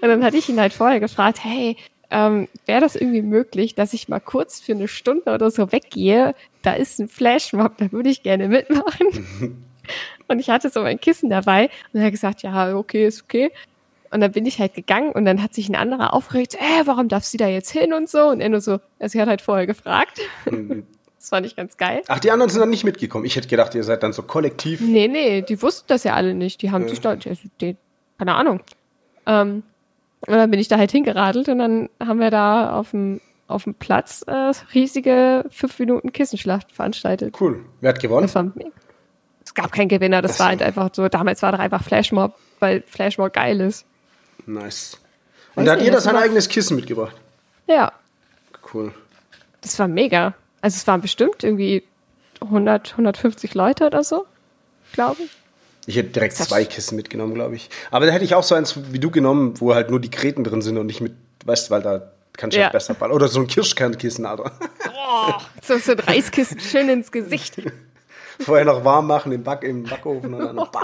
C: dann hatte ich ihn halt vorher gefragt, hey, ähm, wäre das irgendwie möglich, dass ich mal kurz für eine Stunde oder so weggehe? Da ist ein Flashmob, da würde ich gerne mitmachen. Und ich hatte so mein Kissen dabei und er hat gesagt, ja, okay, ist okay. Und dann bin ich halt gegangen und dann hat sich ein anderer aufgeregt, äh, warum darf sie da jetzt hin und so? Und er nur so, also sie hat halt vorher gefragt. Das fand ich ganz geil.
A: Ach, die anderen sind dann nicht mitgekommen. Ich hätte gedacht, ihr seid dann so kollektiv.
C: Nee, nee, die wussten das ja alle nicht. Die haben sich da, also die, keine Ahnung. Ähm, und dann bin ich da halt hingeradelt und dann haben wir da auf dem, auf dem Platz äh, riesige 5 Minuten Kissenschlacht veranstaltet.
A: Cool. Wer hat gewonnen?
C: Das war, mega. es gab keinen Gewinner, das war halt einfach so, damals war doch einfach Flashmob, weil Flashmob geil ist.
A: Nice. Und da hat
C: nicht,
A: jeder
C: das
A: sein
C: war-
A: eigenes Kissen mitgebracht.
C: Ja,
A: Cool.
C: das war mega. Also es waren bestimmt irgendwie 100, 150 Leute oder so, glaube ich.
A: Ich hätte direkt
C: Das-
A: zwei Kissen mitgenommen, glaube ich. Aber da hätte ich auch so eins wie du genommen, wo halt nur die Kreten drin sind und nicht mit, weißt du, weil da kannst du
C: Ja.
A: halt besser ballen. Oder so ein Kirschkernkissen, Alter.
C: So, so ein Reiskissen schön ins Gesicht.
A: Vorher noch warm machen im, Back, im Backofen und dann noch bam.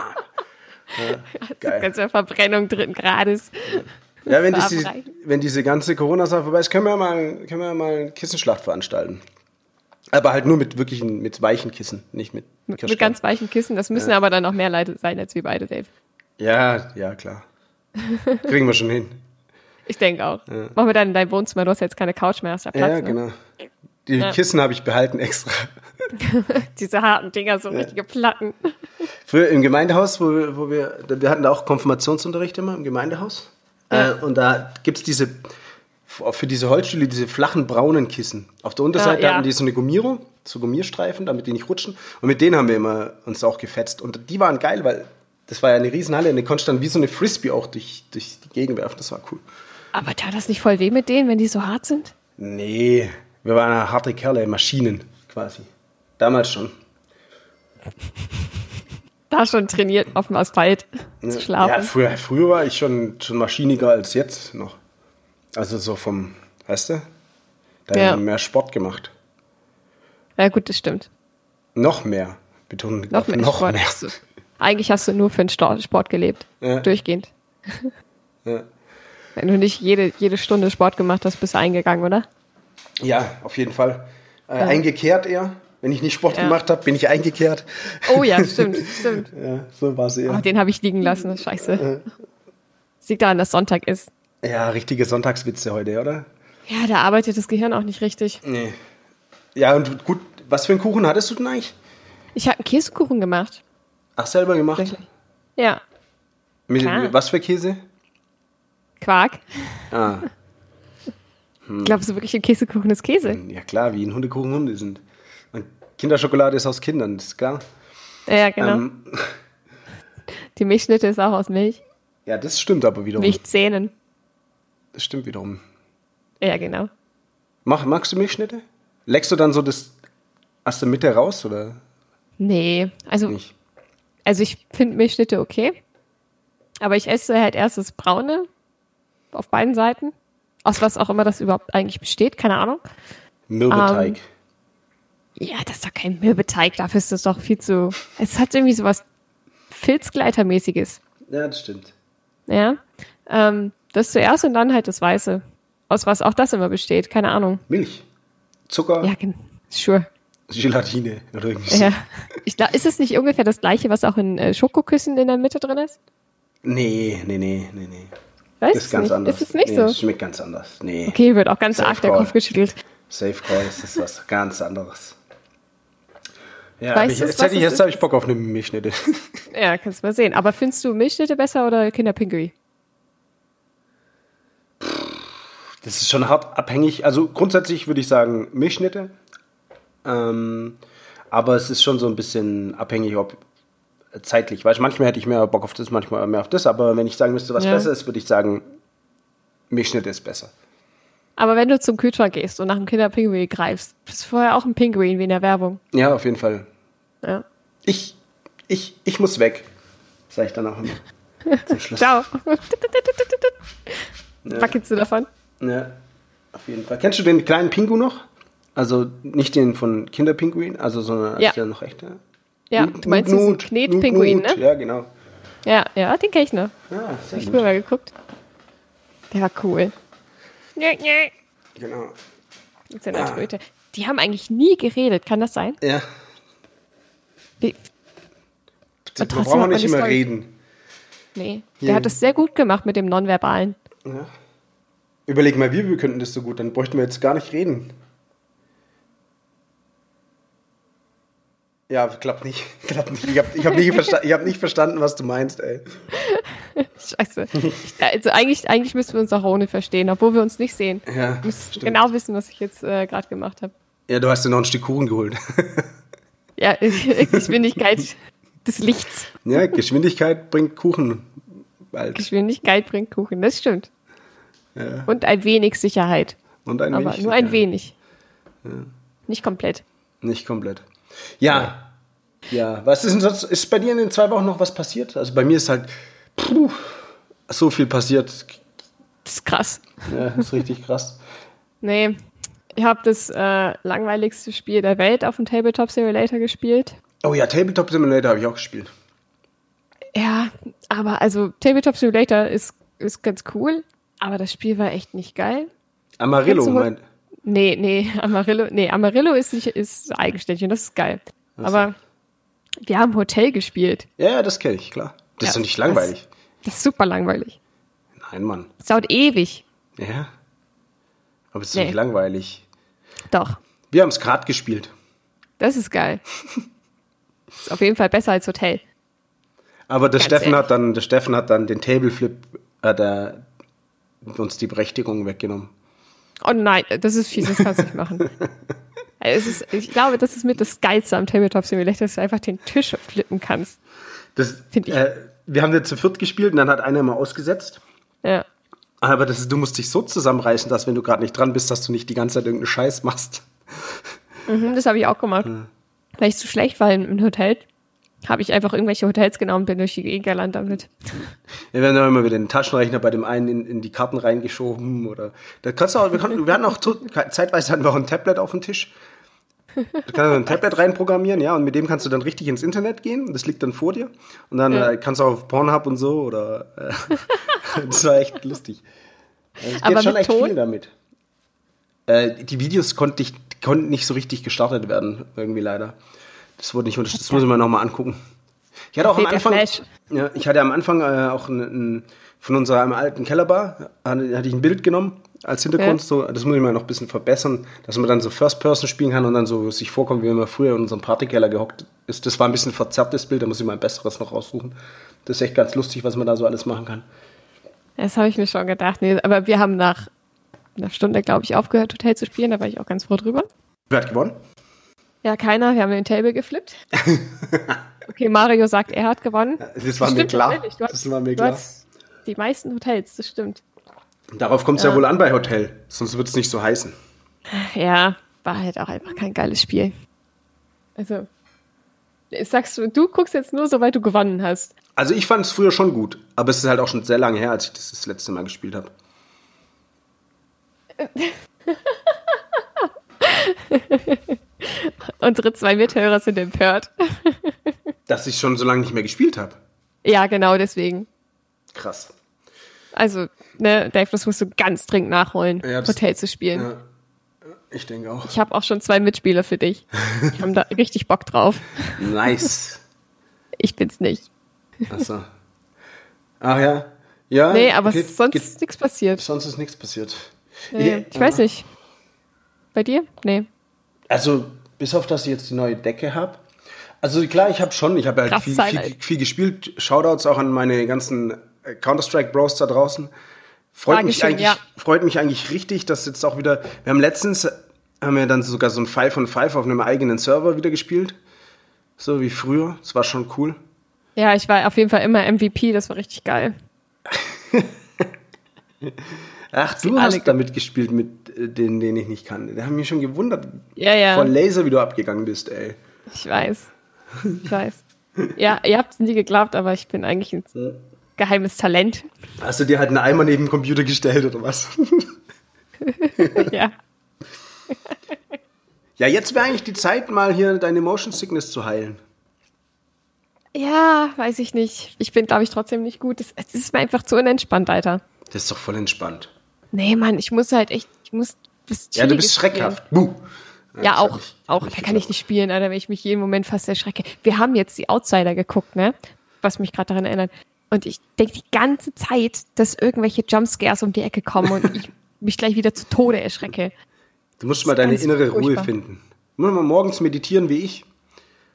A: Ja, geil.
C: Ganz Verbrennung dritten Grades.
A: Ja, wenn, diese,
C: verabreichen.
A: wenn diese ganze Corona-Sache vorbei ist, können wir ja mal, können wir ja mal eine Kissenschlacht veranstalten. Aber halt nur mit wirklichen, mit weichen Kissen, nicht mit
C: Mit, mit
A: Kirschkern.
C: ganz weichen Kissen. Das müssen aber dann noch mehr Leute sein als wir beide, Dave.
A: Ja, ja, klar. Kriegen wir schon hin.
C: Ich denke auch. Machen wir dann in deinem Wohnzimmer. Du hast jetzt keine Couch mehr, hast ja Platz.
A: Ja,
C: ne?
A: genau. Die Kissen habe ich behalten extra.
C: Diese harten Dinger, so richtige Platten.
A: Früher im Gemeindehaus, wo, wir- wo wir, wir hatten da auch Konfirmationsunterricht immer im Gemeindehaus. Äh, und da gibt es diese, für diese Holzstühle, diese flachen braunen Kissen. Auf der Unterseite
C: Ja, ja.
A: hatten die so eine Gummierung, so Gummierstreifen, damit die nicht rutschen. Und mit denen haben wir immer uns auch gefetzt. Und die waren geil, weil das war ja eine Riesenhalle und die konntest dann wie so eine Frisbee auch durch, durch die Gegend werfen. Das war cool.
C: Aber tat das nicht voll weh mit denen, wenn die so hart sind?
A: Nee, wir waren ja harte Kerle, Maschinen quasi. Damals schon.
C: Da schon trainiert auf dem Asphalt zu
A: Ja,
C: schlafen.
A: früher, früher war ich schon, schon maschiniger als jetzt noch. Also so vom, weißt du? Da
C: Ja.
A: haben wir mehr Sport gemacht.
C: Ja, gut, das stimmt.
A: Noch mehr. Betonen
C: Noch mehr
A: noch
C: Sport.
A: mehr.
C: Hast du- Eigentlich hast du nur für den Sto- Sport gelebt.
A: Ja.
C: Durchgehend.
A: Ja.
C: Wenn du nicht jede, jede Stunde Sport gemacht hast, bist du eingegangen, oder?
A: Ja, auf jeden Fall. Äh, Eingekehrt eher. Wenn ich nicht Sport
C: Ja.
A: gemacht habe, bin ich eingekehrt.
C: Oh ja, stimmt, stimmt.
A: Ja, so war sie
C: Oh,
A: eher.
C: den habe ich liegen lassen, scheiße. Das liegt daran, dass Sonntag ist.
A: Ja, richtige Sonntagswitze heute, oder?
C: Ja, da arbeitet das Gehirn auch nicht richtig.
A: Nee. Ja, und gut, was für einen Kuchen hattest du denn eigentlich?
C: Ich habe einen Käsekuchen gemacht.
A: Ach, selber gemacht?
C: Wirklich. Ja.
A: Mit,
C: Klar.
A: was für Käse?
C: Quark.
A: Ah,
C: Glaubst du wirklich, ein Käsekuchen ist Käse?
A: ja klar, wie ein Hundekuchen Hunde sind. Und Kinderschokolade ist aus Kindern, ist klar.
C: Ja, genau.
A: Ähm,
C: Die Milchschnitte ist auch aus Milch.
A: ja, das stimmt aber wiederum.
C: Milchzähnen.
A: Das stimmt wiederum.
C: Ja, genau.
A: Mach, magst du Milchschnitte? Leckst du dann so das aus der Mitte raus oder
C: Nee, also,
A: nicht?
C: also ich finde Milchschnitte okay. Aber ich esse halt erst das Braune auf beiden Seiten. Aus was auch immer das überhaupt eigentlich besteht, keine Ahnung.
A: Mürbeteig.
C: Ähm. Ja, das ist doch kein Mürbeteig, dafür ist das doch viel zu. Es hat irgendwie sowas Filzgleitermäßiges.
A: ja, das stimmt.
C: Ja. Ähm, das zuerst und dann halt das Weiße. Aus was auch das immer besteht, keine Ahnung.
A: Milch, Zucker,
C: Ja, gen- sure.
A: Gelatine oder irgendwie so.
C: Ja. Ich glaub, ist es nicht ungefähr das gleiche, was auch in äh, Schokoküssen in der Mitte drin ist?
A: Nee, nee, nee, nee, nee.
C: Weißt
A: Das ist
C: du's
A: ganz
C: nicht?
A: anders.
C: Ist es nicht
A: nee,
C: so?
A: Das schmeckt ganz anders. Nee.
C: Okay, wird auch ganz
A: Safe
C: arg der
A: Call.
C: Kopf geschüttelt.
A: Safe Call, das ist was ganz anderes. Ja,
C: Weißt
A: aber ich,
C: du,
A: jetzt
C: was
A: hätte ich,
C: es
A: jetzt
C: ist?
A: habe ich Bock auf eine Milchschnitte.
C: Ja, kannst mal sehen. Aber findest du Milchschnitte besser oder Kinderpinguin?
A: Das ist schon hart abhängig. Also grundsätzlich würde ich sagen Milchschnitte. Ähm, aber es ist schon so ein bisschen abhängig, ob zeitlich. Weißt du, manchmal hätte ich mehr Bock auf das, manchmal mehr auf das. Aber wenn ich sagen müsste, was
C: Ja.
A: besser ist, würde ich sagen, Milchschnitte ist besser.
C: Aber wenn du zum Kühlschrank gehst und nach einem Kinderpinguin greifst, bist du vorher auch ein Pinguin wie in der Werbung.
A: Ja, auf jeden Fall.
C: Ja.
A: Ich, ich, ich muss weg. Sag ich dann auch immer. Zum Schluss.
C: Ciao. Wackelst du davon?
A: Ja, auf jeden Fall. Kennst du den kleinen Pingu noch? Also nicht den von Kinderpinguin, also sondern als
C: Ja.
A: der noch echter.
C: Ja,
A: Nut,
C: du meinst
A: Nut,
C: diesen
A: Nut,
C: Knetpinguin,
A: Nut,
C: ne?
A: Ja, genau.
C: Ja, ja, den kenn ich noch.
A: Ja, sehr
C: Ich
A: gut.
C: habe mal geguckt. Der war cool. Nö, nö.
A: Genau.
C: Das sind halt Kröte. Die haben eigentlich nie geredet, kann das sein?
A: Ja.
C: Wie?
A: Da
C: trotzdem
A: brauchen wir
C: hat man
A: nicht
C: die
A: immer
C: Story.
A: reden.
C: Nee.
A: Ja.
C: Der hat das sehr gut gemacht mit dem Nonverbalen.
A: Ja. Überleg mal, wir, wir könnten das so gut, dann bräuchten wir jetzt gar nicht reden. Ja, klappt nicht. Klappt nicht. Ich habe ich hab nicht, versta ich hab nicht verstanden, was du meinst, ey.
C: Scheiße. Ich- Also eigentlich, eigentlich müssen wir uns auch ohne verstehen, obwohl wir uns nicht sehen.
A: Ja,
C: Du musst
A: stimmt.
C: genau wissen, was ich jetzt äh, gerade gemacht habe.
A: Ja, du hast dir noch ein Stück Kuchen geholt.
C: Ja, Geschwindigkeit des Lichts.
A: Ja, Geschwindigkeit bringt Kuchen bald.
C: Geschwindigkeit bringt Kuchen, das stimmt.
A: Ja.
C: Und ein wenig Sicherheit.
A: Und ein
C: aber
A: wenig.
C: nur ein
A: ja.
C: wenig. Nicht komplett.
A: Nicht komplett. Ja. Ja. Was ist denn sonst? Ist bei dir in den zwei Wochen noch was passiert? Also bei mir ist halt puh, so viel passiert.
C: Das ist krass.
A: Ja, ist richtig krass.
C: Nee, ich habe das äh, langweiligste Spiel der Welt auf dem Tabletop Simulator gespielt.
A: Oh ja, Tabletop Simulator habe ich auch gespielt.
C: Ja, aber also Tabletop Simulator ist, ist ganz cool, aber das Spiel war echt nicht geil.
A: Amarillo,
C: Kannst du hol-
A: mein.
C: Nee, nee, Amarillo, nee, Amarillo ist nicht, ist eigenständig und das ist geil. Aber wir haben Hotel gespielt.
A: Ja, ja, das kenne ich, klar. Das
C: Ja,
A: ist doch nicht langweilig.
C: Das ist super langweilig.
A: Nein, Mann.
C: Das dauert ewig.
A: Ja. Aber es ist doch
C: Nee.
A: nicht langweilig.
C: Doch,
A: Wir haben es gerade gespielt.
C: das ist geil. ist auf jeden Fall besser als Hotel.
A: Aber der
C: Ganz
A: Steffen,
C: ehrlich.
A: hat dann, der Steffen hat dann den Tableflip, äh, der, uns die Berechtigung weggenommen.
C: Oh nein, das ist fies, das kannst du nicht machen. Also es ist, ich glaube, das ist mit das Geilste am Tabletop Simulator, dass du einfach den Tisch flippen kannst.
A: Das,
C: Find ich.
A: Äh, wir haben jetzt zu viert gespielt und dann hat einer mal ausgesetzt.
C: Ja.
A: Aber das ist, du musst dich so zusammenreißen, dass wenn du gerade nicht dran bist, dass du nicht die ganze Zeit irgendeinen Scheiß machst.
C: Mhm, das habe ich auch gemacht. Weil ich zu schlecht war im Hotel, habe ich einfach irgendwelche Hotels genommen und bin durch die Gegend gelandet damit.
A: Ja, Wir haben dann immer wieder den Taschenrechner bei dem einen in, in die Karten reingeschoben oder. Da kannst du auch, wir, konnten, wir hatten auch to- zeitweise hatten wir auch ein Tablet auf dem Tisch. Du kannst ein Tablet reinprogrammieren, ja, und mit dem kannst du dann richtig ins Internet gehen. Das liegt dann vor dir. Und dann
C: Ja.
A: äh, kannst du auch auf Pornhub und so oder. Äh, das war echt lustig. Also, Es
C: Aber
A: geht schon
C: mit
A: echt
C: Ton?
A: viel damit. Äh, die Videos konnte ich, konnten nicht so richtig gestartet werden, irgendwie leider. Das wurde nicht unterstützt. Das muss ich mir nochmal angucken. Ich hatte auch am
C: Fehlt der
A: Anfang.
C: Flash.
A: Ja, ich hatte am Anfang äh, auch einen, einen von unserer alten Kellerbar, hatte hatte ich ein Bild genommen als Hintergrund.
C: Ja.
A: So, das muss ich mal noch ein bisschen verbessern, dass man dann so First Person spielen kann und dann so sich vorkommt, wie wenn man früher in unserem Partykeller gehockt ist. Das war ein bisschen verzerrtes Bild, da muss ich mal ein besseres noch raussuchen. Das ist echt ganz lustig, was man da so alles machen kann.
C: Das habe ich mir schon gedacht. Nee, aber wir haben nach einer Stunde, glaube ich, aufgehört, Hotel zu spielen. Da war ich auch ganz froh drüber.
A: Wer hat gewonnen?
C: Ja, keiner. Wir haben den Table geflippt. Okay, Mario sagt, er hat gewonnen.
A: Das war mir
C: Stimmt,
A: klar.
C: tatsächlich. Du hast-
A: Das war mir
C: du
A: klar.
C: hast Die meisten Hotels, das stimmt.
A: Darauf kommt es ja. wohl an bei Hotel, sonst wird es nicht so heißen.
C: Ja, war halt auch einfach kein geiles Spiel. Also, sagst du, du guckst jetzt nur, soweit du gewonnen hast.
A: Also ich fand es früher schon gut, aber es ist halt auch schon sehr lange her, als ich das das letzte Mal gespielt habe.
C: Unsere zwei Mithörer sind empört.
A: Dass ich schon so lange nicht mehr gespielt habe.
C: Ja, genau deswegen.
A: Krass.
C: Also, ne, Dave, das musst du ganz dringend nachholen,
A: Ja, das-
C: Hotel zu spielen.
A: Ja. Ich denke auch.
C: Ich habe auch schon zwei Mitspieler für dich. Die haben da richtig Bock drauf.
A: Nice.
C: Ich bin's nicht.
A: Achso. Ach ja. Ja.
C: Nee, aber
A: Ah, geht-
C: sonst
A: geht-
C: nichts passiert.
A: sonst ist nichts passiert.
C: Nee,
A: Ich-
C: ich weiß nicht. Bei dir? Nee.
A: Also, bis auf, dass ich jetzt die neue Decke habe. Also klar, ich habe schon, ich habe halt
C: Krass,
A: viel,
C: Highlight.
A: viel, viel gespielt. Shoutouts auch an meine ganzen äh, Counter-Strike-Bros da draußen. Freut mich,
C: Dankeschön,
A: eigentlich,
C: ja.
A: freut mich eigentlich richtig, dass jetzt auch wieder, wir haben letztens, äh, haben wir dann sogar so ein 5 on 5 auf einem eigenen Server wieder gespielt. So wie früher, das war schon cool.
C: Ja, ich war auf jeden Fall immer MVP, das war richtig geil.
A: Ach, du
C: alle
A: hast
C: ge-
A: damit gespielt mit äh, denen, den ich nicht kannte. Da haben mich schon gewundert,
C: Ja, ja.
A: von Laser, wie du abgegangen bist, ey.
C: Ich weiß. Ich weiß. Ja, ihr habt es nie geglaubt, aber ich bin eigentlich ein geheimes Talent.
A: Hast du dir halt einen Eimer neben den Computer gestellt oder was?
C: Ja.
A: Ja, jetzt wäre eigentlich die Zeit, mal hier deine Motion Sickness zu heilen.
C: Ja, weiß ich nicht. Ich bin, glaube ich, trotzdem nicht gut. Es es ist mir einfach zu unentspannt, Alter.
A: Das ist doch voll entspannt.
C: Nee, Mann, ich muss halt echt, ich muss das
A: Ja, du
C: Chillige
A: bist
C: spielen.
A: schreckhaft. Buh.
C: Ja,
A: das hab
C: auch.
A: ich- hab
C: auch. Da
A: ich
C: kann ich
A: geglaubt.
C: nicht spielen, Alter, wenn ich mich jeden Moment fast erschrecke. Wir haben jetzt die Outsider geguckt, ne? Was mich gerade daran erinnert. Und ich denke die ganze Zeit, dass irgendwelche Jumpscares um die Ecke kommen und ich mich gleich wieder zu Tode erschrecke.
A: Du musst mal deine
C: ganz
A: innere Ruhe
C: furchtbar.
A: finden. Nur mal morgens meditieren wie ich.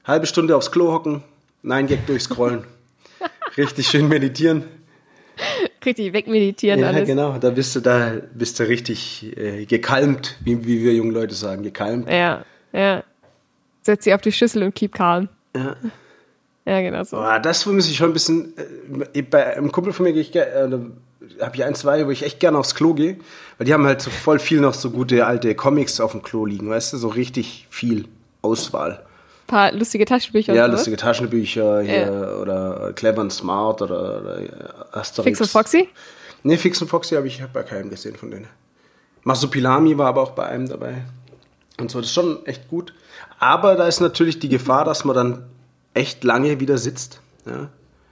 A: Halbe Stunde aufs Klo hocken. Nein, Gag durchscrollen. Richtig schön meditieren.
C: Richtig wegmeditieren
A: Ja,
C: alles.
A: genau. Da bist du da bist du richtig äh, gekalmt, wie, wie wir jungen Leute sagen, gekalmt.
C: Ja, ja. Setz sie auf die Schüssel und keep calm.
A: Ja.
C: Ja, genau so.
A: Boah, Ah, das vermisse ich schon ein bisschen. Äh, bei einem Kumpel von mir gehe ich, ge- äh, da habe ich ein, zwei, wo ich echt gerne aufs Klo gehe, weil die haben halt so voll viel noch so gute alte Comics auf dem Klo liegen, weißt du, so richtig viel Auswahl.
C: Ein paar lustige Taschenbücher
A: ja,
C: und so.
A: lustige Taschenbücher hier
C: Ja.
A: oder Clever und Smart oder, oder äh, Asterix.
C: Fix und Foxy?
A: Nee, Fix und Foxy habe ich hab bei keinem gesehen von denen. Masupilami war aber auch bei einem dabei. Und so, das ist schon echt gut. Aber da ist natürlich die Gefahr, dass man dann echt lange wieder sitzt. Ja.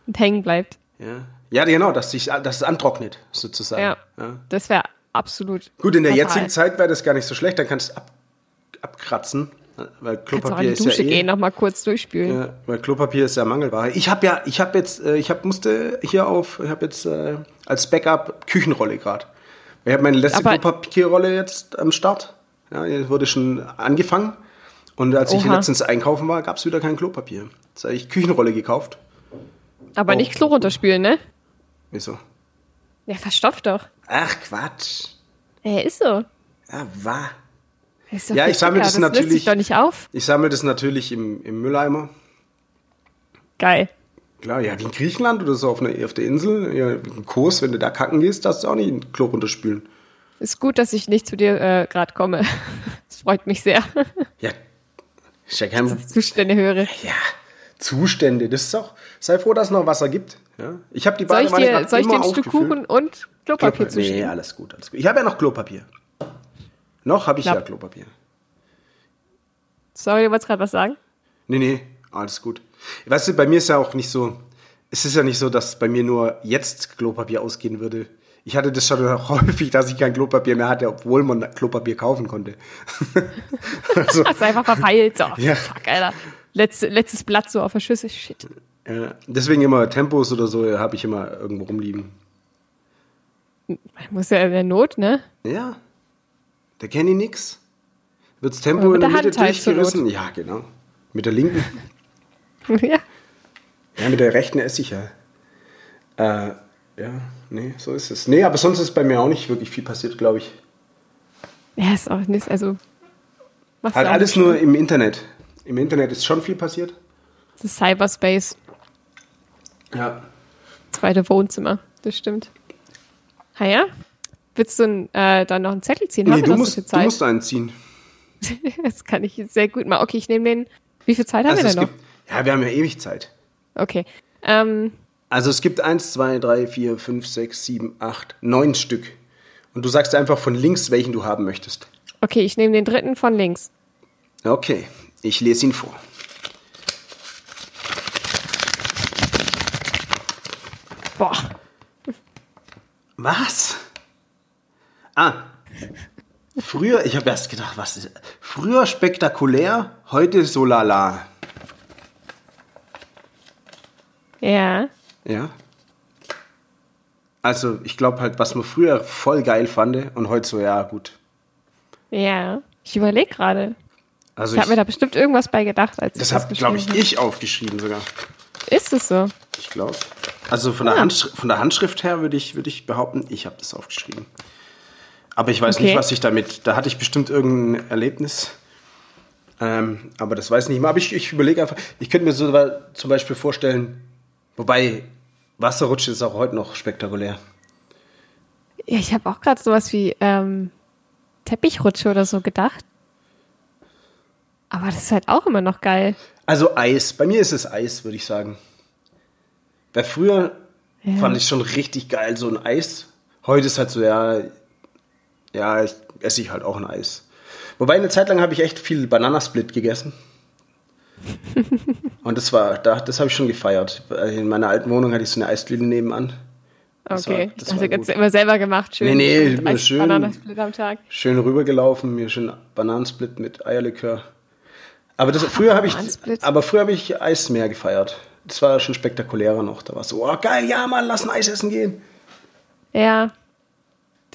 C: Und hängen bleibt.
A: Ja, ja genau, dass, sich, dass es antrocknet, sozusagen.
C: Ja.
A: Ja.
C: Das wäre absolut.
A: Gut, in der
C: fatal.
A: jetzigen Zeit wäre das gar nicht so schlecht, dann kannst du ab, abkratzen, weil
C: Kannst du auch in
A: Klopapier
C: die
A: ist ja
C: Dusche
A: eh,
C: gehen, nochmal kurz durchspülen.
A: ja, weil Klopapier ist ja Mangelware. Ich habe ja, ich habe jetzt, äh, ich hab, musste hier auf, ich habe jetzt äh, als Backup Küchenrolle gerade. Ich habe meine letzte
C: Aber-
A: Klopapierrolle jetzt am Start. Ja, jetzt wurde schon angefangen. Und als ich
C: Oha.
A: letztens einkaufen war, gab es wieder kein Klopapier. Jetzt habe ich Küchenrolle gekauft.
C: Aber
A: Oh.
C: nicht Klo runterspülen, ne?
A: Wieso?
C: Ja, verstopft doch.
A: Ach, Quatsch.
C: Ja, ist so.
A: Ja, wahr.
C: Ist doch
A: Ja,
C: viel
A: ich sammle
C: dicker,
A: das
C: löst
A: natürlich-
C: sich doch nicht auf.
A: Ich sammle das natürlich im, im Mülleimer.
C: Geil.
A: Klar, ja, wie in Griechenland oder so auf, einer, auf der Insel. Ja, in Kurs, wenn du da kacken gehst, darfst du auch nicht in den Klo runterspülen.
C: Ist gut, dass ich nicht zu dir äh, gerade komme. Das freut mich sehr,
A: Ja, ist ja kein...
C: Zustände höre.
A: Ja, Zustände, das ist doch... Sei froh, dass es noch Wasser gibt. Ja? Ich habe die
C: Soll ich
A: Badewanne
C: dir,
A: gerade
C: soll ich dir
A: immer
C: ein Stück
A: aufgefüllt.
C: Kuchen und Klopapier
A: Klopapier Nee,
C: zuschieben?
A: alles gut, alles gut. Ich habe ja noch Klopapier. Noch habe ich
C: Knapp.
A: ja Klopapier.
C: Sorry, du wolltest gerade was sagen?
A: Nee, nee, alles gut. Weißt du, bei mir ist ja auch nicht so, es ist ja nicht so, dass bei mir nur jetzt Klopapier ausgehen würde. Ich hatte das schon häufig, dass ich kein Klopapier mehr hatte, obwohl man Klopapier kaufen konnte. also,
C: Hast einfach verpeilt. So,
A: Ja.
C: fuck, Alter. Letzte, letztes Blatt so auf der Schüssel. Shit.
A: äh, deswegen immer Tempos oder so äh, habe ich immer irgendwo rumliegen.
C: Man muss ja in der Not, ne?
A: Ja. Da kenne ich nix. Wird's Tempo in
C: Oder mit
A: der
C: der
A: Mitte
C: Hand halt zur
A: durchgerissen? Ja, genau. Mit der linken.
C: ja.
A: Ja, mit der rechten esse ich ja. Äh, ja, nee, so ist es. Nee, aber sonst ist bei mir auch nicht wirklich viel passiert, glaube ich.
C: Ja, ist auch nicht, also. Was
A: Halt alles nur im Internet. Im Internet ist schon viel passiert.
C: Das ist Cyberspace,
A: Ja.
C: zweite Wohnzimmer, das stimmt. Ah ja? Willst du n- äh, dann noch einen Zettel ziehen?
A: Nee,
C: Haben wir
A: du
C: noch
A: musst,
C: so viel
A: du
C: Zeit?
A: musst einen ziehen.
C: Das kann ich sehr gut machen. Okay, ich nehme den. Wie viel Zeit haben wir
A: Also es
C: denn noch?
A: gibt, ja, wir haben ja ewig Zeit.
C: Okay. Ähm,
A: Also es gibt 1, 2, 3, 4, 5, 6, 7, 8, 9 Stück. Und du sagst einfach von links, welchen du haben möchtest.
C: okay, ich nehme den dritten von links.
A: Okay, ich lese ihn vor.
C: Boah.
A: Was? Ah. Früher, ich habe erst gedacht, was ist. Früher spektakulär, heute so lala.
C: Ja.
A: Ja. Also, ich glaube halt, was man früher voll geil fand und heute so, ja, gut.
C: Ja. Ich überlege gerade.
A: Also,
C: Ich habe mir da
A: ich,
C: bestimmt irgendwas bei gedacht, als
A: das
C: ich das
A: habe, glaube ich,
C: geschrieben
A: ich aufgeschrieben sogar.
C: habe. Ist es so?
A: Ich glaube. Also von der, Handschri- von der Handschrift her würde ich, würde ich behaupten, ich habe das aufgeschrieben. Aber ich weiß
C: Okay.
A: nicht, was ich damit. Da hatte ich bestimmt irgendein Erlebnis. Ähm, aber das weiß ich nicht mehr. Aber ich, ich überlege einfach, ich könnte mir so wa- zum Beispiel vorstellen, wobei Wasserrutsche ist auch heute noch spektakulär.
C: Ja, ich habe auch gerade sowas wie ähm, Teppichrutsche oder so gedacht. Aber das ist halt auch immer noch geil.
A: Also Eis. Bei mir ist es Eis, würde ich sagen. Weil früher
C: Ja.
A: fand ich schon richtig geil, so ein Eis. Heute ist halt so, ja, ja, ich esse ich halt auch ein Eis. Wobei eine Zeit lang habe ich echt viel Bananasplit gegessen. Und das war, da- das habe ich schon gefeiert. In meiner alten Wohnung hatte ich so eine Eisdiele nebenan. Das war-
C: Okay,
A: das
C: ich
A: war
C: dachte, ganz
A: gut.
C: immer selber gemacht. Schön.
A: Nee, nee,
C: Und 30
A: schön.
C: Bananensplit am Tag.
A: Schön rübergelaufen, mir schön Bananensplit mit Eierlikör. Aber das, früher habe ich,
C: Bananensplit.
A: aber früher habe ich Eis mehr gefeiert. Das war schon spektakulärer noch. Da war es so, oh geil, ja Mann, lass ein Eis essen gehen.
C: Ja.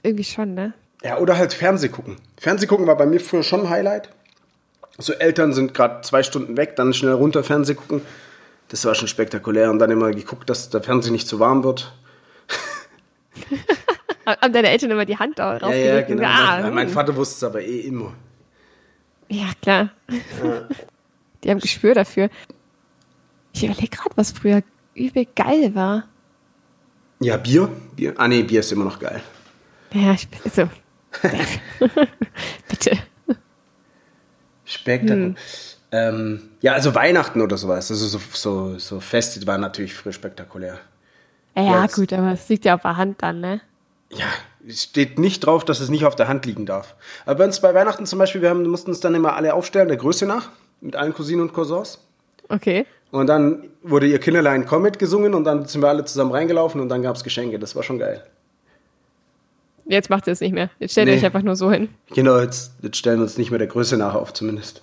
C: Irgendwie schon, ne?
A: Ja, oder halt Fernseh gucken. Fernseh gucken war bei mir früher schon ein Highlight. So Eltern sind gerade zwei Stunden weg, dann schnell runter Fernseh gucken. Das war schon spektakulär. Und dann immer geguckt, dass der Fernseher nicht zu warm wird.
C: Haben deine Eltern immer die Hand da rausgelegt? und gesagt, Ah,
A: genau. mein, mein
C: hm.
A: Vater wusste es aber eh immer.
C: Ja, klar. Die haben Gespür dafür. Ich überlege gerade, was früher übel geil war.
A: Ja, Bier? Bier? Ah nee, Bier ist immer noch geil.
C: Ja, ich bin so. Bitte.
A: Spektakulär. Ähm, ja, also Weihnachten oder sowas. Also so, so, so Feste waren natürlich früher spektakulär.
C: Ja,
A: Jetzt.
C: gut, aber es liegt ja auf der Hand dann, ne?
A: Ja, es steht nicht drauf, dass es nicht auf der Hand liegen darf. Aber bei uns bei Weihnachten zum Beispiel, wir haben, mussten uns dann immer alle aufstellen, der Größe nach, mit allen Cousinen und Cousins.
C: Okay.
A: Und dann wurde ihr Kinderlein Comet gesungen und dann sind wir alle zusammen reingelaufen und dann gab es Geschenke. Das war schon geil.
C: Jetzt macht ihr es nicht mehr. Jetzt stellt ihr
A: Nee.
C: euch einfach nur so hin.
A: Genau, jetzt, jetzt stellen wir uns nicht mehr der Größe nach auf zumindest.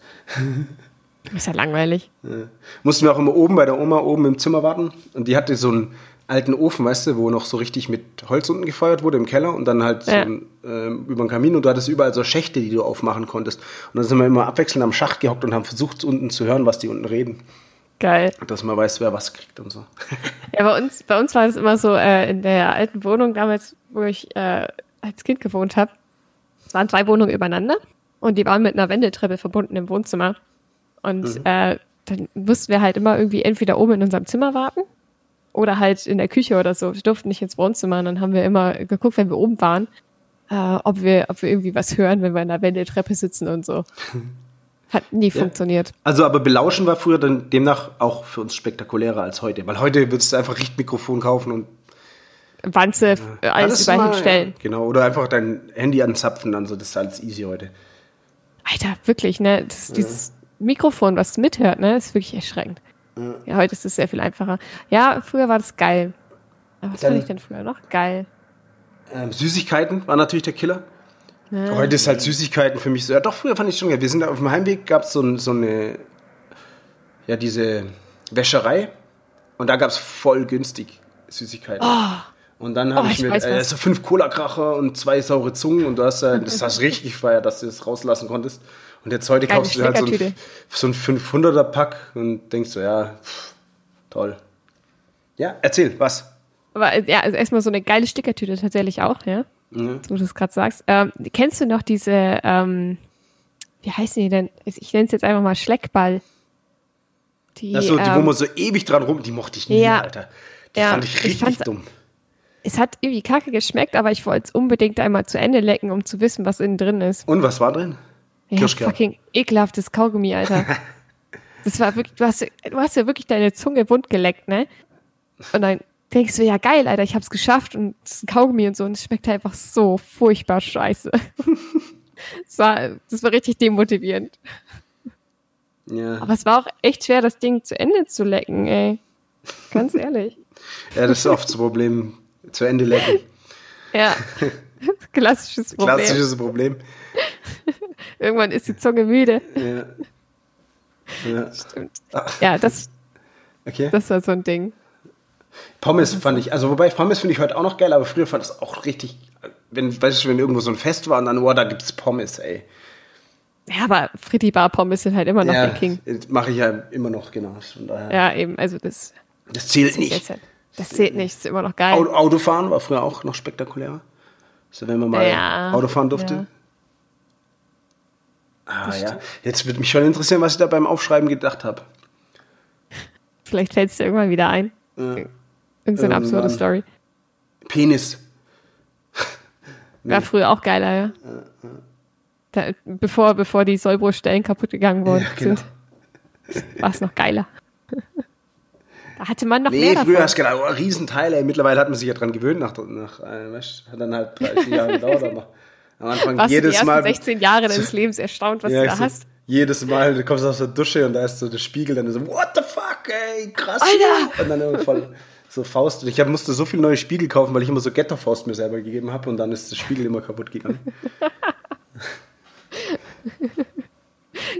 C: Ist ja langweilig.
A: Mussten wir auch immer oben bei der Oma oben im Zimmer warten. Und die hatte so einen alten Ofen, weißt du, wo noch so richtig mit Holz unten gefeuert wurde im Keller und dann halt so
C: Ja.
A: ein, ähm, über den Kamin und du hattest überall so Schächte, die du aufmachen konntest. Und dann sind wir immer abwechselnd am Schacht gehockt und haben versucht, unten zu hören, was die unten reden.
C: Geil.
A: Und dass man weiß, wer was kriegt und so.
C: Ja, bei uns, bei uns war es immer so, äh, in der alten Wohnung damals, wo ich äh, als Kind gewohnt habe, es waren zwei Wohnungen übereinander und die waren mit einer Wendeltreppe verbunden im Wohnzimmer. Und äh, dann mussten wir halt immer irgendwie entweder oben in unserem Zimmer warten oder halt in der Küche oder so. Wir durften nicht ins Wohnzimmer und dann haben wir immer geguckt, wenn wir oben waren, äh, ob, wir, ob wir irgendwie was hören, wenn wir in der Wendeltreppe sitzen und so. Hat nie funktioniert.
A: Also, aber Belauschen war früher dann demnach auch für uns spektakulärer als heute. Weil heute würdest du einfach Richtmikrofon kaufen und
C: Wanze, äh, alles
A: ist
C: überall
A: mal-
C: hinstellen.
A: Genau, oder einfach dein Handy anzapfen, dann so, das ist alles easy heute.
C: Alter, wirklich, ne? Das, Dieses Mikrofon, was mithört, ne? Ist wirklich erschreckend. Ja, heute ist es sehr viel einfacher. Ja, früher war das geil. Aber was
A: Dann-
C: fand ich denn früher noch geil?
A: Ähm, Süßigkeiten war natürlich der Killer. Heute ist halt Süßigkeiten für mich so. Ja, doch, früher fand ich schon geil. Wir sind auf dem Heimweg, gab es so, ein- so eine, ja, diese Wäscherei. Und da gab es voll günstig Süßigkeiten. Und dann habe
C: Oh,
A: ich
C: ich
A: mir
C: weiß
A: äh,
C: was.
A: so fünf Cola-Kracher und zwei saure Zungen und du hast äh, das hast richtig gefeiert, dass du das rauslassen konntest. Und jetzt heute
C: Geile
A: kaufst du halt so ein,
C: Schleckertüte.
A: so ein 500er-Pack und denkst so, ja, pff, toll. Ja, erzähl, was?
C: Aber äh, ja, also erstmal so eine geile Stickertüte tatsächlich auch, ja. So, wo du es gerade sagst. Ähm, kennst du noch diese, ähm, wie heißen die denn? Ich nenne es jetzt einfach mal Schleckball. Die,
A: Achso, die, wo
C: ähm,
A: man so ewig dran rum, die mochte ich nie,
C: ja.
A: Alter. Die
C: Ja,
A: fand ich
C: ich
A: richtig
C: fand's-
A: dumm.
C: es hat irgendwie kacke geschmeckt, aber ich wollte es unbedingt einmal zu Ende lecken, um zu wissen, was innen drin ist.
A: Und was war drin?
C: Ja,
A: Kirschkern.
C: fucking ekelhaftes Kaugummi, Alter. das war wirklich, du hast, du hast ja wirklich deine Zunge wund geleckt, ne? Und dann denkst du, ja geil, Alter, ich hab's geschafft und es ist ein Kaugummi und so und es schmeckt halt einfach so furchtbar scheiße. das, war, das war richtig demotivierend.
A: Ja.
C: Aber es war auch echt schwer, das Ding zu Ende zu lecken, ey. Ganz ehrlich.
A: ja, das ist oft das Problem. Zu Ende lecken.
C: ja. Klassisches Problem.
A: Klassisches Problem.
C: Irgendwann ist die Zunge müde.
A: Ja. Ja.
C: Stimmt.
A: Ah.
C: Ja, das,
A: Okay.
C: das war so ein Ding.
A: Pommes fand ich, also wobei Pommes finde ich heute auch noch geil, aber früher fand ich es auch richtig, wenn, weißt du, wenn irgendwo so ein Fest war und dann, oh, da gibt's Pommes, ey.
C: Ja, aber Fritti Bar Pommes sind halt immer noch
A: ja, Äh,
C: der King.
A: mache ich ja immer noch, genau. Von daher.
C: Ja, eben, also das
A: Das zählt
C: zählt
A: nicht.
C: jetzt halt. Das zählt nicht, ist immer noch geil.
A: Au- Autofahren war früher auch noch spektakulärer. Also wenn man mal
C: Ja,
A: Autofahren durfte.
C: ja.
A: Ah ja, jetzt würde mich schon interessieren, was ich da beim Aufschreiben gedacht habe.
C: Vielleicht fällt es dir irgendwann wieder ein. Irgendeine
A: Irgendwann.
C: absurde Story.
A: Penis.
C: War früher auch geiler, ja.
A: Äh,
C: Da, bevor, bevor die Solbro-Stellen kaputt gegangen worden
A: Ja, genau.
C: sind, war es noch geiler. da hatte man noch
A: Nee,
C: mehr
A: früher
C: davon.
A: hast du gedacht, oh, Riesenteil, ey. Mittlerweile hat man sich ja dran gewöhnt, nach, nach äh, weißt, du, hat dann halt 30 Jahre gedauert, aber am Anfang
C: Warst du die
A: jedes
C: ersten
A: Mal.
C: 16 Jahre deines Lebens erstaunt, was
A: ja,
C: du
A: ich
C: da
A: so,
C: hast?
A: Jedes Mal, du kommst aus der Dusche und da ist so der Spiegel, dann so, what the fuck, ey, krass.
C: Alter!
A: Und dann immer voll so Faust. Und ich hab, musste so viele neue Spiegel kaufen, weil ich immer so Ghetto-Faust mir selber gegeben habe und dann ist der Spiegel immer kaputt gegangen.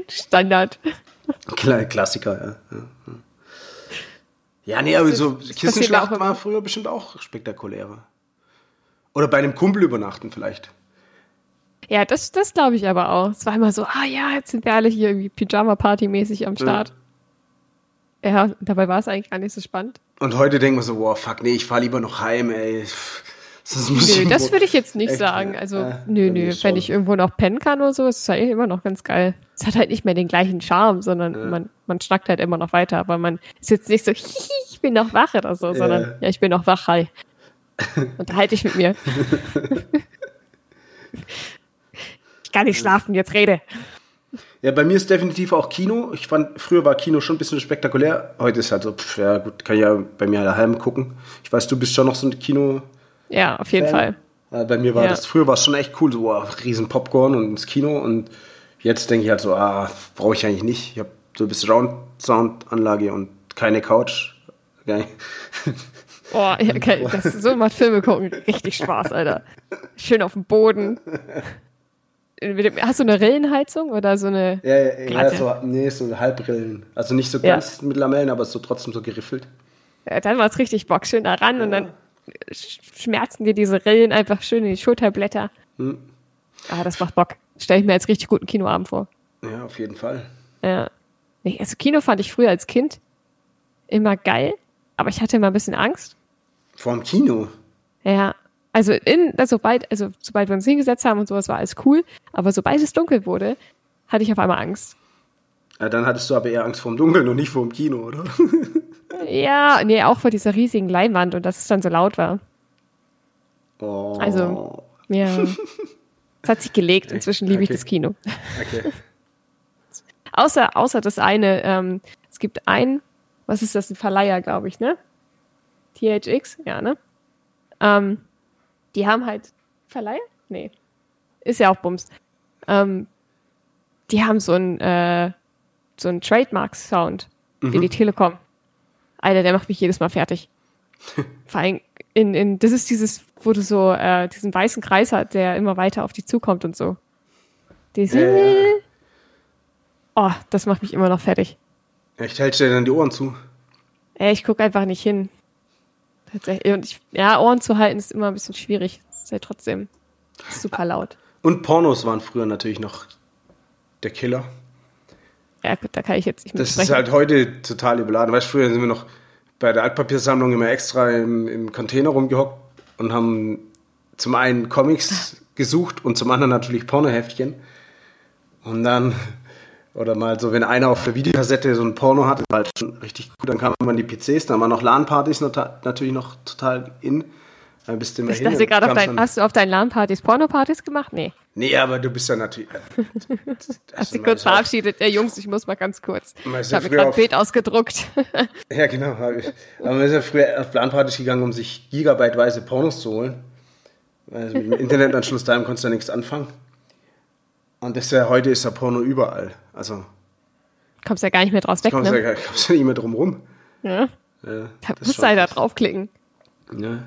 C: Standard.
A: Klar, Klassiker, ja. ja. ja. Ja, nee, aber so
C: passiert
A: Kissenschlacht
C: auch immer.
A: war früher bestimmt auch spektakulärer. Oder bei einem Kumpel übernachten vielleicht.
C: Ja, das, das glaube ich aber auch. Es war immer so, ah ja, jetzt sind wir alle hier irgendwie Pyjama-Party-mäßig
A: Äh.
C: am Start. Ja, dabei war es eigentlich gar nicht so spannend.
A: Und heute denken wir so, wow, fuck, nee, ich fahr lieber noch heim, ey. Pff, sonst muss
C: Nö,
A: ich
C: das
A: irgendwo-
C: würde ich jetzt nicht
A: Echt,
C: sagen.
A: ja,
C: Also,
A: äh,
C: nö,
A: irgendwie
C: nö.
A: schon.
C: Wenn ich irgendwo noch pennen kann oder so, ist es halt immer noch ganz geil. Es hat halt nicht mehr den gleichen Charme, sondern man, man schnackt halt immer noch weiter. Aber man ist jetzt nicht so, hihi, ich bin noch wach oder so, sondern ja, ich bin noch wach, hi. Unterhalte dich mit mir. ich kann nicht schlafen, jetzt rede.
A: Ja, bei mir ist definitiv auch Kino. Ich fand, früher war Kino schon ein bisschen spektakulär. Heute ist halt so, pff, ja gut, kann ich ja bei mir daheim gucken. Ich weiß, du bist schon noch so ein Kino.
C: Ja, auf jeden Fall.
A: Äh, Bei mir war
C: Ja.
A: das, früher war es schon echt cool, so wow, riesen Popcorn und ins Kino und jetzt denke ich halt so, ah, brauche ich eigentlich nicht. Ich habe so ein bisschen Round-Sound-Anlage und keine Couch. Geil.
C: Boah, ja, geil. Das, so macht Filme gucken richtig Spaß, Alter. Schön auf dem Boden. Mit dem- Hast du eine Rillenheizung oder so eine
A: Ja, ja, ja
C: glatte?
A: so, nee, so Halbrillen. Also nicht so
C: Ja.
A: ganz mit Lamellen, aber so trotzdem so geriffelt.
C: Ja, dann war es richtig Bock, schön da ran und dann sch- schmerzen dir diese Rillen einfach schön in die Schulterblätter. Ah, das macht Bock. Stelle ich mir als richtig guten Kinoabend vor.
A: Ja, auf jeden Fall.
C: Ja. Nee, also Kino fand ich früher als Kind immer geil, aber ich hatte immer ein bisschen Angst.
A: Vorm Kino.
C: Ja. Also in, also sobald, also sobald wir uns hingesetzt haben und sowas war alles cool, aber sobald es dunkel wurde, hatte ich auf einmal Angst.
A: Ja, dann hattest du aber eher Angst vorm Dunkeln und nicht vorm Kino, oder?
C: Ja, nee, auch vor dieser riesigen Leinwand und dass es dann so laut war.
A: Oh.
C: Also- Ja. Es hat sich gelegt, inzwischen liebe ich
A: Okay.
C: das Kino.
A: Okay.
C: Außer, außer das eine, ähm, es gibt ein, was ist das, ein Verleiher, glaube ich, ne? THX, ja, ne? Ähm, die haben halt, Verleiher? Nee. Ist ja auch Bums. Ähm, die haben so einen, äh, so einen Trademark-Sound, wie
A: Mhm.
C: die Telekom. Alter, der macht mich jedes Mal fertig. Vor allem in, in, das ist dieses, wo du so äh, diesen weißen Kreis hat, der immer weiter auf dich zukommt und so. Diese,
A: Ja, ja.
C: Oh, das macht mich immer noch fertig.
A: Ich hältst dir dann die Ohren zu.
C: Äh, Ey, ich gucke einfach nicht hin. Tatsächlich. Und ich, ja, Ohren zu halten ist immer ein bisschen schwierig. Es ist ja trotzdem
A: Ah.
C: super laut.
A: Und Pornos waren früher natürlich noch der Killer.
C: Ja, gut, da kann ich jetzt nicht mehr
A: Das
C: sprechen.
A: ist halt heute total überladen. Weißt du, früher sind wir noch bei der Altpapiersammlung immer extra im, im Container rumgehockt und haben zum einen Comics gesucht und zum anderen natürlich Pornoheftchen. Und dann, oder mal so, wenn einer auf der Videokassette so ein Porno hatte, war halt schon richtig gut, dann kamen man die PCs, dann waren noch LAN-Partys nota- natürlich noch total in. Dann bist du immer
C: ich
A: hin
C: dachte
A: und
C: gerade, auf
A: kamst
C: dein,
A: dann-
C: hast du auf deinen LAN-Partys Pornopartys gemacht? Nee.
A: Nee, aber du bist ja natürlich. Also
C: Hast dich kurz verabschiedet. Ja, Jungs, ich muss mal ganz kurz. Ich
A: Meinst du,
C: habe mir
A: früher
C: gerade ein
A: auf-
C: Bild ausgedruckt.
A: Ja, genau. hab ich. Aber man ist ja früher auf Planpartys gegangen, um sich gigabyteweise Pornos zu holen. Also mit dem Internetanschluss daheim konntest du ja nichts anfangen. Und das ist ja, heute ist ja Porno überall. Also
C: Kommst ja gar nicht mehr draus weg,
A: kommst du
C: ne?
A: ja, gar- kommst ja nicht mehr drum rum.
C: Ja.
A: Ja,
C: Da
A: das ist
C: musst du
A: schon
C: halt da
A: krass.
C: draufklicken.
A: Ja.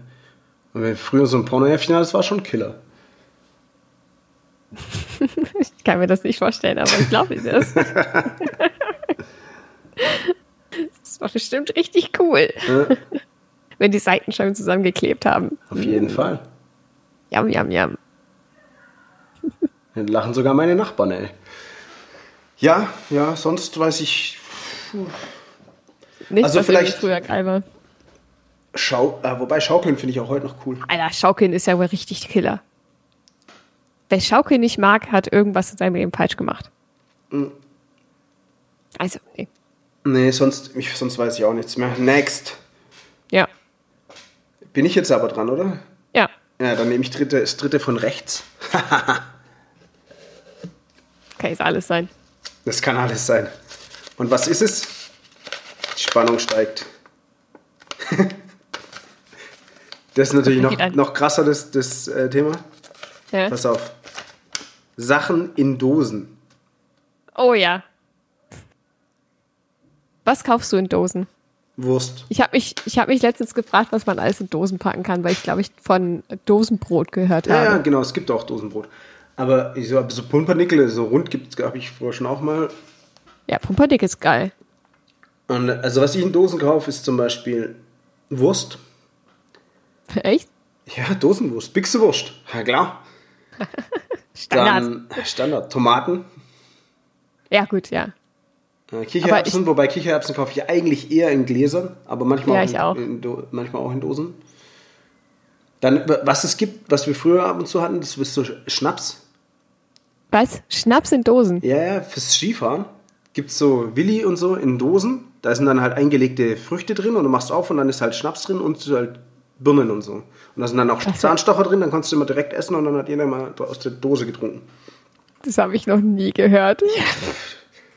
A: Und wenn früher so ein Pornohäffchen hattest, war schon Killer.
C: Ich kann mir das nicht vorstellen, aber ich glaube Ihnen das. das war bestimmt richtig cool. Wenn die Seiten schon zusammengeklebt haben.
A: Auf jeden Fall.
C: Jam, jam, jam.
A: Dann lachen sogar meine Nachbarn, ey. Ja, ja, sonst weiß ich Also
C: Nichts, was irgendwie
A: vielleicht-
C: früher geil war.
A: Schau, äh, wobei Schaukeln finde ich auch heute noch cool.
C: Alter, Schaukeln ist ja wohl richtig Killer. Wer Schaukeln nicht mag, hat irgendwas in seinem Leben falsch gemacht.
A: Hm.
C: Also, nee.
A: Nee, sonst, ich, sonst weiß ich auch nichts mehr. Next.
C: Ja.
A: Bin ich jetzt aber dran, oder?
C: Ja.
A: Ja, dann nehme ich dritte, das dritte von rechts.
C: Kann jetzt alles sein.
A: Das kann alles sein. Und was ist es? Die Spannung steigt. das ist natürlich noch,
C: Geht an.
A: noch krasser, das, das äh, Thema.
C: Ja.
A: Pass auf. Sachen in Dosen.
C: Oh ja. Was kaufst du in Dosen?
A: Wurst.
C: Ich habe mich, ich hab mich letztens gefragt, was man alles in Dosen packen kann, weil ich glaube, ich von Dosenbrot gehört
A: Ja, ja,
C: habe.
A: genau, es gibt auch Dosenbrot. Aber ich so, so Pumpernickel, so rund gibt es, habe ich vorher schon auch mal.
C: Ja, Pumpernick ist geil.
A: Und, also, was ich in Dosen kaufe, ist zum Beispiel Wurst.
C: Echt?
A: Ja, Dosenwurst, Bixewurst. Ja, klar.
C: Standard.
A: Dann Standard. Tomaten,
C: Ja, gut, ja.
A: äh, Kichererbsen,
C: Aber
A: wobei Kichererbsen kaufe ich eigentlich eher in Gläsern, aber manchmal,
C: Ja,
A: auch, in,
C: ich auch.
A: In Do manchmal auch in Dosen. Dann, was es gibt, was wir früher ab und zu hatten, das ist so Schnaps.
C: Was? Schnaps in Dosen?
A: Ja, ja, fürs Skifahren gibt es so Willi und so in Dosen. Da sind dann halt eingelegte Früchte drin und du machst auf und dann ist halt Schnaps drin und so halt Birnen und so. Und da sind dann auch
C: Klasse.
A: Zahnstocher drin, dann kannst du immer direkt essen und dann hat jeder mal aus der Dose getrunken.
C: Das habe ich noch nie gehört.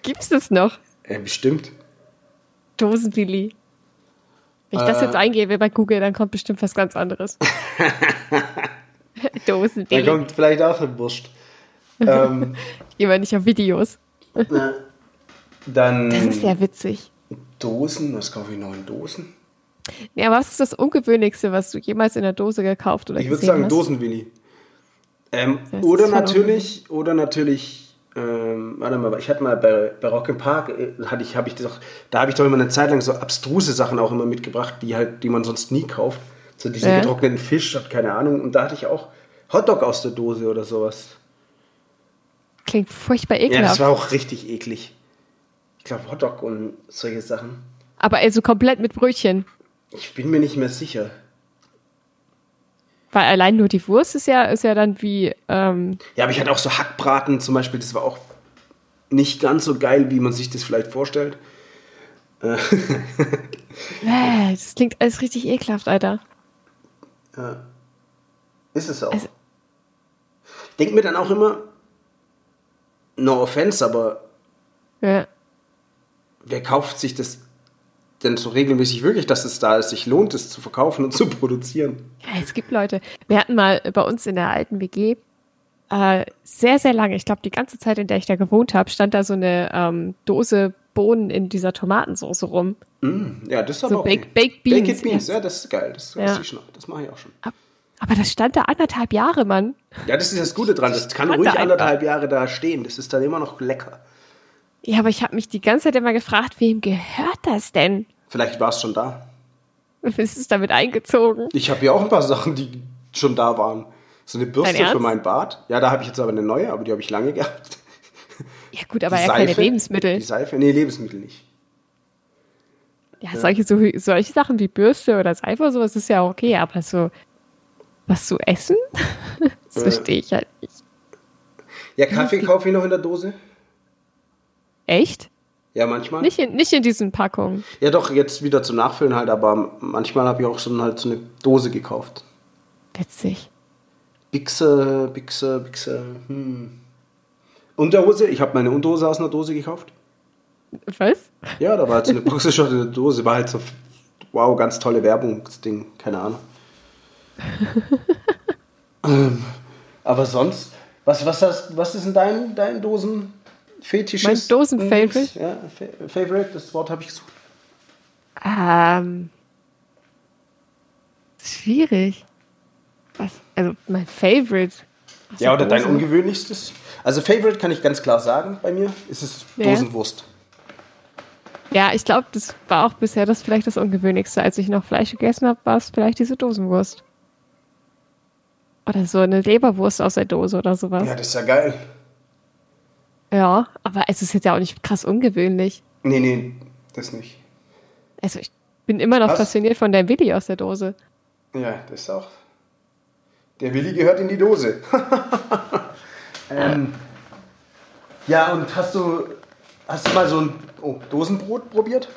C: Gibt's das noch?
A: Ja, Äh, bestimmt.
C: Dosenbilly. Wenn ich
A: Äh.
C: das jetzt eingebe bei Google, dann kommt bestimmt was ganz anderes.
A: Dann
C: Dosenbilly.
A: kommt vielleicht auch eine Wurst. ähm,
C: Ich gehe mal nicht auf Videos.
A: dann
C: Das ist ja witzig.
A: Dosen, was kaufe ich noch in Dosen?
C: Ja, aber was ist das Ungewöhnlichste, was du jemals in der Dose gekauft oder
A: Ich würde
C: gesehen
A: sagen
C: hast?
A: Dosenwilli. Ähm,
C: Das ist
A: oder
C: voll
A: natürlich, oder natürlich, ähm, warte mal, ich hatte mal bei, bei Rock im Park, äh, hatte ich, habe ich das auch, da habe ich doch immer eine Zeit lang so abstruse Sachen auch immer mitgebracht, die halt, die man sonst nie kauft. So diesen
C: Ja.
A: getrockneten Fisch, hat keine Ahnung. Und da hatte ich auch Hotdog aus der Dose oder sowas.
C: Klingt furchtbar
A: Ja,
C: ekelhaft.
A: das war auch richtig eklig. Ich glaube Hotdog und solche Sachen.
C: aber also komplett mit Brötchen.
A: Ich bin mir nicht mehr sicher.
C: Weil allein nur die Wurst ist ja, ist ja dann wie, ähm,
A: Ja, aber ich hatte auch so Hackbraten zum Beispiel, das war auch nicht ganz so geil, wie man sich das vielleicht vorstellt.
C: äh, das klingt alles richtig ekelhaft, Alter.
A: Ist es auch.
C: Also-
A: Denk mir dann auch immer, no offense, aber
C: Ja.
A: wer kauft sich das denn so regelmäßig wirklich, dass es da ist, sich lohnt, es zu verkaufen und zu produzieren?
C: Ja, es gibt Leute. Wir hatten mal bei uns in der alten WG äh, sehr, sehr lange, ich glaube die ganze Zeit, in der ich da gewohnt habe, stand da so eine ähm, Dose Bohnen in dieser Tomatensauce rum.
A: Ja, das ist aber
C: So
A: auch
C: Baked,
A: okay.
C: Baked Beans.
A: Baked Beans,
C: Ja.
A: ja. das ist geil, das,
C: Ja.
A: weiß ich schon, das mache ich auch schon.
C: Aber das stand da anderthalb Jahre, Mann.
A: Ja, das ist das Gute dran, das kann
C: Hat
A: ruhig
C: er einfach.
A: anderthalb Jahre da stehen, das ist dann immer noch lecker.
C: Ja, aber ich habe mich die ganze Zeit immer gefragt, wem gehört das denn?
A: Vielleicht war es schon da.
C: Es ist damit eingezogen.
A: Ich habe ja auch ein paar Sachen, die schon da waren. So eine
C: Dein
A: Bürste
C: Ernst?
A: für meinen Bart. Ja, da habe ich jetzt aber eine neue, aber die habe ich lange gehabt.
C: Ja, gut, aber
A: Die
C: ja keine
A: Seife?
C: Lebensmittel.
A: Die Seife? Nee, Lebensmittel nicht.
C: Ja, solche, so, solche Sachen wie Bürste oder Seife oder sowas ist ja auch okay, aber so was zu essen, das
A: Äh.
C: verstehe ich halt nicht.
A: Ja, Kaffee kaufe ich noch in der Dose.
C: Echt?
A: Ja, manchmal.
C: Nicht in, nicht in diesen Packungen.
A: Ja, doch, jetzt wieder zum Nachfüllen halt, aber manchmal habe ich auch schon halt so eine Dose gekauft.
C: Witzig.
A: Bixe, Bixe, Bixe, hm. Unterhose, ich habe meine Unterhose aus einer Dose gekauft.
C: Was?
A: Ja, da war halt so eine Boxershot in der Dose, war halt so, wow, ganz tolle Werbung, das Ding, keine Ahnung. ähm, aber sonst, was, was, hast, was ist in deinen, deinen Dosen? Fetisch?
C: Mein Dosenfavorite?
A: Ja, Fa- Favorite, das Wort habe ich gesucht.
C: Ähm. Schwierig. Was? Also, mein Favorite. Aus
A: Ja, oder
C: der
A: dein
C: Dose?
A: ungewöhnlichstes? Also Favorite kann ich ganz klar sagen bei mir, ist es
C: Ja.
A: Dosenwurst.
C: Ja, ich glaube, das war auch bisher das vielleicht das Ungewöhnlichste. Als ich noch Fleisch gegessen habe, war es vielleicht diese Dosenwurst. Oder so eine Leberwurst aus der Dose oder sowas.
A: Ja, das ist ja geil.
C: Ja, aber es ist jetzt ja auch nicht krass ungewöhnlich.
A: Nee, nee, das nicht.
C: Also ich bin immer noch
A: Was?
C: fasziniert von der Willi aus der Dose.
A: Ja, das ist auch. Der Willi gehört in die Dose. ähm, ja, und hast du, hast du mal so ein oh, Dosenbrot probiert?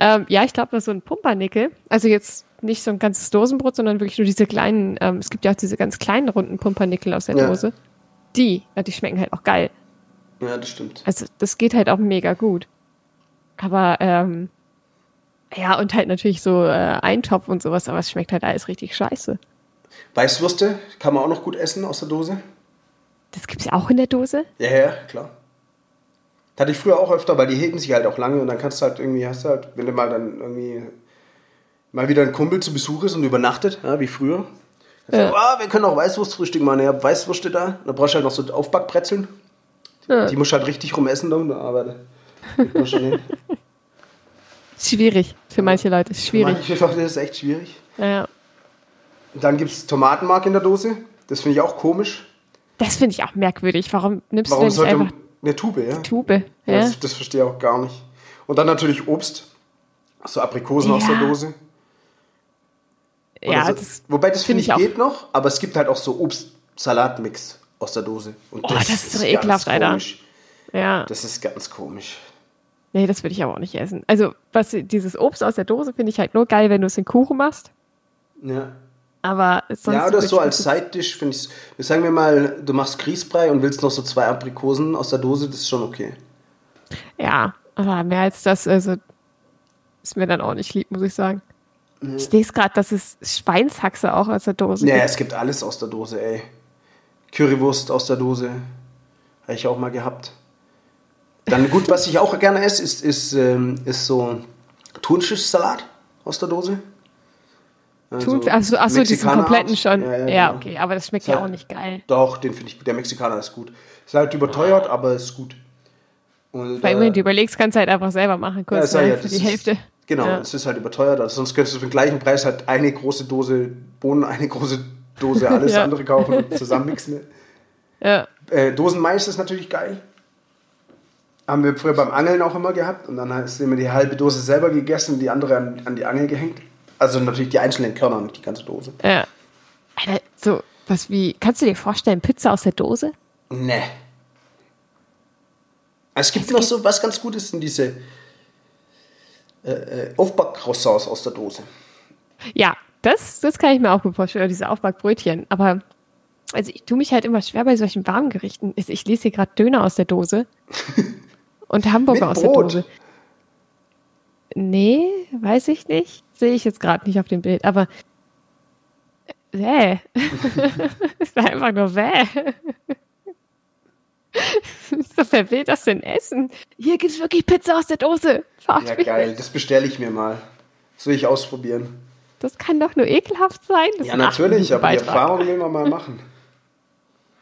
C: Ähm, ja, ich glaube, das ist so ein Pumpernickel. Also jetzt nicht so ein ganzes Dosenbrot, sondern wirklich nur diese kleinen, ähm, es gibt ja auch diese ganz kleinen runden Pumpernickel aus der
A: Ja.
C: Dose. Die, ja, die schmecken halt auch geil.
A: Ja, das stimmt.
C: Also das geht halt auch mega gut. Aber ähm, ja, und halt natürlich so äh, Eintopf und sowas, aber es schmeckt halt alles richtig scheiße.
A: Weißwürste kann man auch noch gut essen aus der Dose?
C: Das gibt's auch in der Dose?
A: Ja, ja, klar. Das hatte ich früher auch öfter, weil die heben sich halt auch lange und dann kannst du halt irgendwie, hast du halt, wenn du mal dann irgendwie mal wieder ein Kumpel zu Besuch ist und übernachtet, ja, wie früher. Dann
C: Ja.
A: sagst du, ah, wir können auch Weißwurstfrühstück machen. Ja, Weißwürste da. Da brauchst du halt noch so Aufbackbrezeln.
C: Ja.
A: Die musst du halt richtig rumessen, dann, aber da kriegt man schon hin.
C: Schwierig für manche Leute, schwierig.
A: Manche Leute ist echt schwierig.
C: Ja.
A: Und dann gibt es Tomatenmark in der Dose. Das finde ich auch komisch.
C: Das finde ich auch merkwürdig. Warum nimmst
A: Warum
C: du
A: sollte
C: denn nicht
A: man.
C: einfach
A: Eine Tube, ja?
C: Tube?
A: Ja,
C: Ja?
A: Das, das verstehe ich auch gar nicht. Und dann natürlich Obst. So Aprikosen aus der
C: Ja.
A: Dose. Oder
C: Ja,
A: so.
C: das,
A: Wobei das finde
C: find ich
A: ich
C: auch.
A: geht noch, aber es gibt halt auch so Obst-Salat-Mix aus der Dose. Und
C: Oh, das ist doch ekelhaft, Alter.
A: komisch.
C: ja.
A: Das ist ganz komisch.
C: Nee, das würde ich aber auch nicht essen. Also, was, dieses Obst aus der Dose finde ich halt nur geil, wenn du es in Kuchen machst.
A: Ja.
C: Aber sonst.
A: Ja, oder
C: würd
A: so
C: ich-
A: als Side-Dish finde ich es. Sagen wir mal, du machst Grießbrei und willst noch so zwei Aprikosen aus der Dose, das ist schon okay.
C: Ja, aber mehr als das, also, ist mir dann auch nicht lieb, muss ich sagen.
A: Mhm.
C: Ich lese gerade, dass es Schweinshaxe auch aus der Dose
A: Naja,
C: gibt.
A: es gibt alles aus der Dose, ey. Currywurst aus der Dose. Habe ich auch mal gehabt. Dann gut, was ich auch gerne esse, ist, ist, ähm, ist so Thunfischsalat aus der Dose. Also
C: Thunfisch, achso, achso diesen
A: Mexikaner
C: kompletten
A: Art.
C: schon. Ja,
A: genau.
C: okay, aber das schmeckt
A: Ist
C: ja auch
A: halt-
C: nicht geil.
A: Doch, den finde ich gut. Der Mexikaner ist gut. Ist halt überteuert, aber ist gut. Und,
C: Weil immerhin,
A: äh,
C: du überlegst, kannst du halt einfach selber machen,
A: ja,
C: kurz
A: ist halt-
C: ne,
A: ja,
C: für
A: das
C: die
A: ist-
C: Hälfte.
A: Genau,
C: Ja.
A: es ist halt überteuert. Also sonst könntest du für den gleichen Preis halt eine große Dose Bohnen, eine große Dose alles
C: Ja.
A: andere kaufen und zusammenmixen.
C: Ja.
A: Äh, Dosenmais ist natürlich geil. Haben wir früher beim Angeln auch immer gehabt. Und dann hast du immer die halbe Dose selber gegessen und die andere an, an die Angel gehängt. Also natürlich die einzelnen Körner, nicht die ganze Dose.
C: Ja. Alter, so was wie, kannst du dir vorstellen, Pizza aus der Dose?
A: Nee. Also Es gibt noch so was ganz Gutes in diese äh, äh, Aufbackcroissants aus der Dose.
C: Ja, das, das kann ich mir auch gut vorstellen, oder diese Aufbackbrötchen. Aber also ich tue mich halt immer schwer bei solchen warmen Gerichten. Also Ich lese hier gerade Döner aus der Dose und Hamburger
A: Mit
C: aus
A: Brot.
C: der Dose. Nee, weiß ich nicht. Sehe ich jetzt gerade nicht auf dem Bild, aber wäh. Es war einfach nur wäh. so, wer will das denn essen? Hier gibt's wirklich Pizza aus der Dose. Verarscht
A: Ja,
C: mich
A: geil,
C: nicht.
A: das bestelle ich mir mal. Das will ich ausprobieren.
C: Das kann doch nur ekelhaft sein. Das ist
A: Ja,
C: ein acht
A: natürlich,
C: Minuten
A: aber die
C: Beitrag.
A: Erfahrung will man mal machen.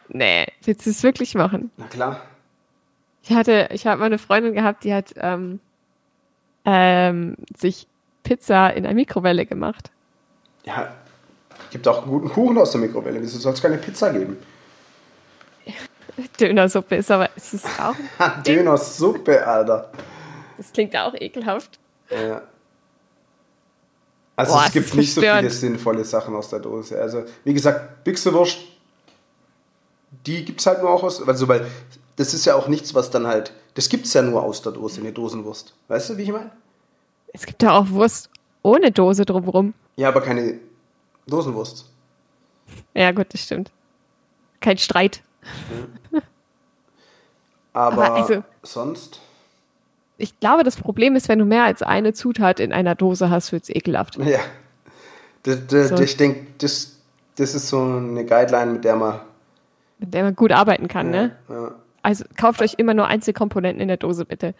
C: Nee, willst du es wirklich machen?
A: Na klar.
C: Ich hatte, ich habe mal eine Freundin gehabt, die hat ähm, ähm, sich Pizza in der Mikrowelle gemacht.
A: Ja, gibt auch einen guten Kuchen aus der Mikrowelle. Wieso soll es keine Pizza geben?
C: Dönersuppe ist aber es ist auch.
A: Ha, Dönersuppe, Alter.
C: Das klingt auch ekelhaft.
A: Ja. Also
C: Boah,
A: es
C: es
A: gibt
C: ist
A: nicht so viele
C: verstörend.
A: sinnvolle Sachen aus der Dose. Also wie gesagt, Büchsewurst, die gibt es halt nur auch aus, also weil das ist ja auch nichts, was dann halt, das gibt es ja nur aus der Dose, eine Dosenwurst. Weißt du, wie ich meine?
C: Es gibt ja auch Wurst ohne Dose drumrum.
A: Ja, aber keine Dosenwurst.
C: Ja, gut, das stimmt. Kein Streit.
A: Aber,
C: Aber also-
A: sonst?
C: Ich glaube, das Problem ist, wenn du mehr als eine Zutat in einer Dose hast, wird's ekelhaft.
A: Ja. D d
C: So.
A: Ich denke, das, das ist so eine Guideline, mit der man.
C: Mit der man gut arbeiten kann, ne?
A: Ja.
C: Also kauft euch immer nur Einzelkomponenten in der Dose, bitte.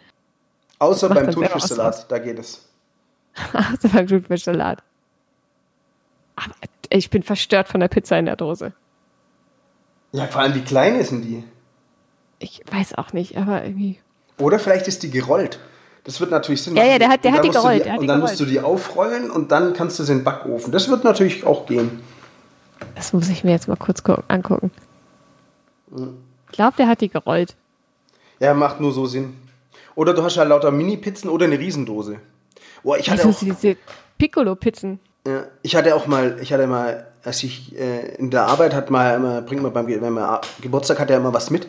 A: Außer
C: macht
A: beim
C: dann selber
A: Thunfischsalat, da geht es.
C: Außer beim Blutfischsalat. Aber ich bin verstört von der Pizza in der Dose.
A: Ja, vor allem wie klein ist denn die?
C: Ich weiß auch nicht, aber irgendwie.
A: Oder vielleicht ist die gerollt. Das wird natürlich Sinn
C: Ja,
A: machen.
C: ja, der hat- der
A: Und
C: hat
A: dann
C: die
A: musst du
C: gerollt, der hat
A: Und
C: die
A: dann
C: gerollt.
A: musst du die aufrollen und dann kannst du sie in den Backofen. Das wird natürlich auch gehen.
C: Das muss ich mir jetzt mal kurz gu- angucken. Ich glaube, der hat die gerollt.
A: Ja, macht nur so Sinn. Oder du hast halt lauter Mini-Pizzen oder eine Riesendose. Boah, ich hatte
C: Also
A: auch,
C: diese Piccolo-Pizzen.
A: ja, ich hatte auch mal, ich hatte mal, als ich äh, in der Arbeit hat mal, immer, bringt man beim Ge- wenn man A- Geburtstag hat ja immer was mit.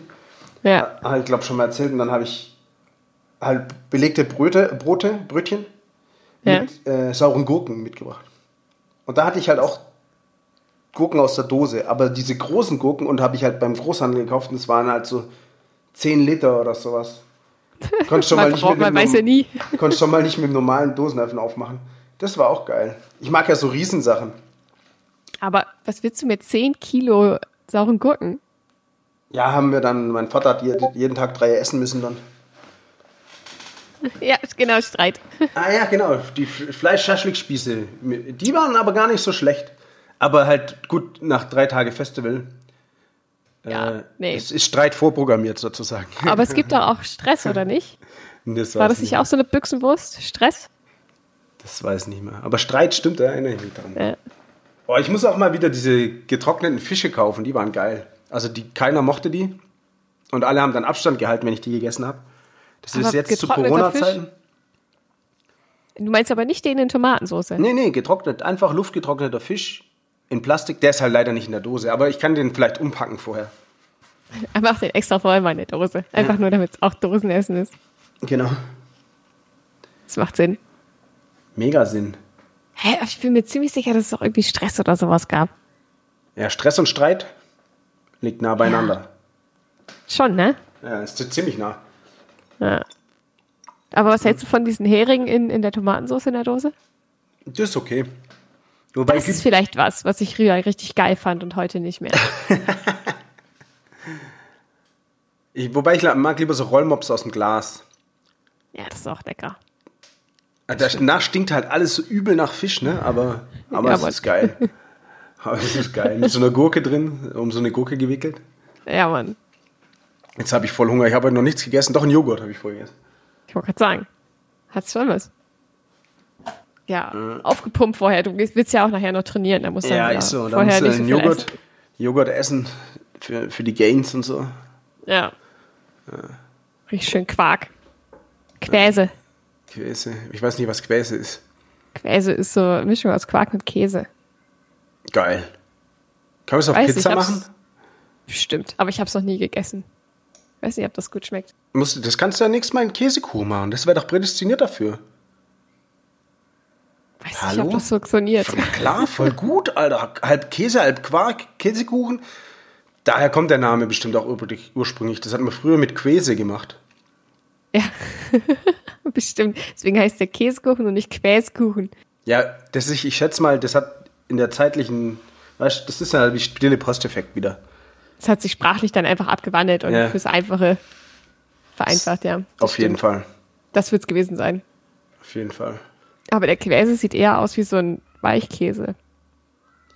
C: Ja.
A: Ah, ich glaube schon mal erzählt und dann habe ich halt belegte Bröte, Brote, Brötchen
C: Ja.
A: mit äh, sauren Gurken mitgebracht. Und da hatte ich halt auch Gurken aus der Dose, aber diese großen Gurken und habe ich halt beim Großhandel gekauft und es waren halt so 10 Liter oder sowas. Konntest schon mal
C: Man
A: nicht
C: braucht-
A: mit einem
C: man weiß ja
A: norm-
C: nie.
A: Konntest schon mal nicht mit einem normalen Dosenöffner aufmachen. Das war auch geil. Ich mag ja so Riesensachen.
C: Aber was willst du mit 10 Kilo sauren Gurken?
A: Ja, haben wir dann, mein Vater hat je- jeden Tag drei essen müssen dann.
C: Ja, genau, Streit.
A: Ah ja, genau. Die F- Fleisch-Schaschlik-Spieße. Die waren aber gar nicht so schlecht. Aber halt gut nach drei Tage Festival.
C: Ja,
A: äh,
C: nee.
A: Es ist Streit vorprogrammiert sozusagen.
C: Aber es gibt doch auch Stress, oder nicht?
A: Das
C: War
A: weiß
C: das
A: ich
C: nicht auch so eine Büchsenwurst? Stress?
A: Das weiß ich nicht mehr. Aber Streit stimmt, da erinnere ich mich dran.
C: Ja.
A: Oh, ich muss auch mal wieder diese getrockneten Fische kaufen. Die waren geil. Also die, keiner mochte die. Und alle haben dann Abstand gehalten, wenn ich die gegessen habe. Das ist
C: Aber
A: jetzt zu
C: getrockneter
A: Corona-Zeiten.
C: Du meinst aber nicht den in Tomatensauce.
A: Nee, nee, getrocknet. Einfach luftgetrockneter Fisch in Plastik. Der ist halt leider nicht in der Dose, aber ich kann den vielleicht umpacken vorher.
C: Er macht den extra voll mal in der Dose. Einfach nur, damit es auch Dosenessen ist.
A: Genau.
C: Das macht Sinn.
A: Mega Sinn.
C: Hä, aber ich bin mir ziemlich sicher, dass es auch irgendwie Stress oder sowas gab.
A: Ja, Stress und Streit liegt nah beieinander.
C: Schon, ne?
A: Ja, ist ziemlich nah.
C: Ja. Aber was hältst du von diesen Heringen in, in der Tomatensauce in der Dose?
A: Das ist okay. Wobei
C: Das
A: gibt,
C: ist vielleicht was, was ich früher richtig geil fand und heute nicht mehr.
A: ich, wobei ich la- mag lieber so Rollmops aus dem Glas.
C: Ja, das ist auch lecker.
A: Danach stinkt halt alles so übel nach Fisch, ne? Aber, aber
C: Ja,
A: es
C: aber-
A: ist geil. Aber es ist geil. Mit so einer Gurke drin, um so eine Gurke gewickelt.
C: Ja, Mann.
A: Jetzt habe ich voll Hunger. Ich habe heute noch nichts gegessen. Doch, einen Joghurt habe ich vorher gegessen.
C: Ich wollte gerade sagen. Hat's schon was. Ja, aufgepumpt vorher. Du gehst- willst ja auch nachher noch trainieren. Da musst du
A: Ja,
C: dann
A: ist so. Da
C: vorher
A: musst du
C: nicht so
A: einen
C: viel
A: Joghurt,
C: essen.
A: Joghurt essen für, für die Gains und so.
C: Ja. Äh. Richtig schön Quark. Quäse.
A: Quäse. Ich weiß nicht, was Quäse ist.
C: Quäse ist so eine Mischung aus Quark und Käse.
A: Geil. Kann man es auf
C: Weiß
A: Pizza
C: nicht, hab's-
A: machen?
C: Bestimmt. Aber ich habe es noch nie gegessen. Weiß nicht, ob das gut schmeckt.
A: Musst, du- das kannst du ja nächstes Mal in Käsekuchen machen. Das wäre doch prädestiniert dafür.
C: Weiß
A: Hallo?
C: nicht, ob das funktioniert.
A: Na klar, voll gut, Alter. Halb Käse, halb Quark, Käsekuchen. Daher kommt der Name bestimmt auch ur- ursprünglich. Das hat man früher mit Quäse gemacht.
C: Ja. Bestimmt. Deswegen heißt der Käsekuchen und nicht Quäskuchen.
A: Ja, das ich, ich schätze mal, das hat in der zeitlichen, weißt du, das ist ja wie stille Posteffekt wieder.
C: Es hat sich sprachlich dann einfach abgewandelt und
A: Ja.
C: fürs Einfache vereinfacht, ja. Das
A: auf jeden
C: stimmt.
A: Fall.
C: Das wird's gewesen sein.
A: Auf jeden Fall.
C: Aber der Quäse sieht eher aus wie so ein Weichkäse.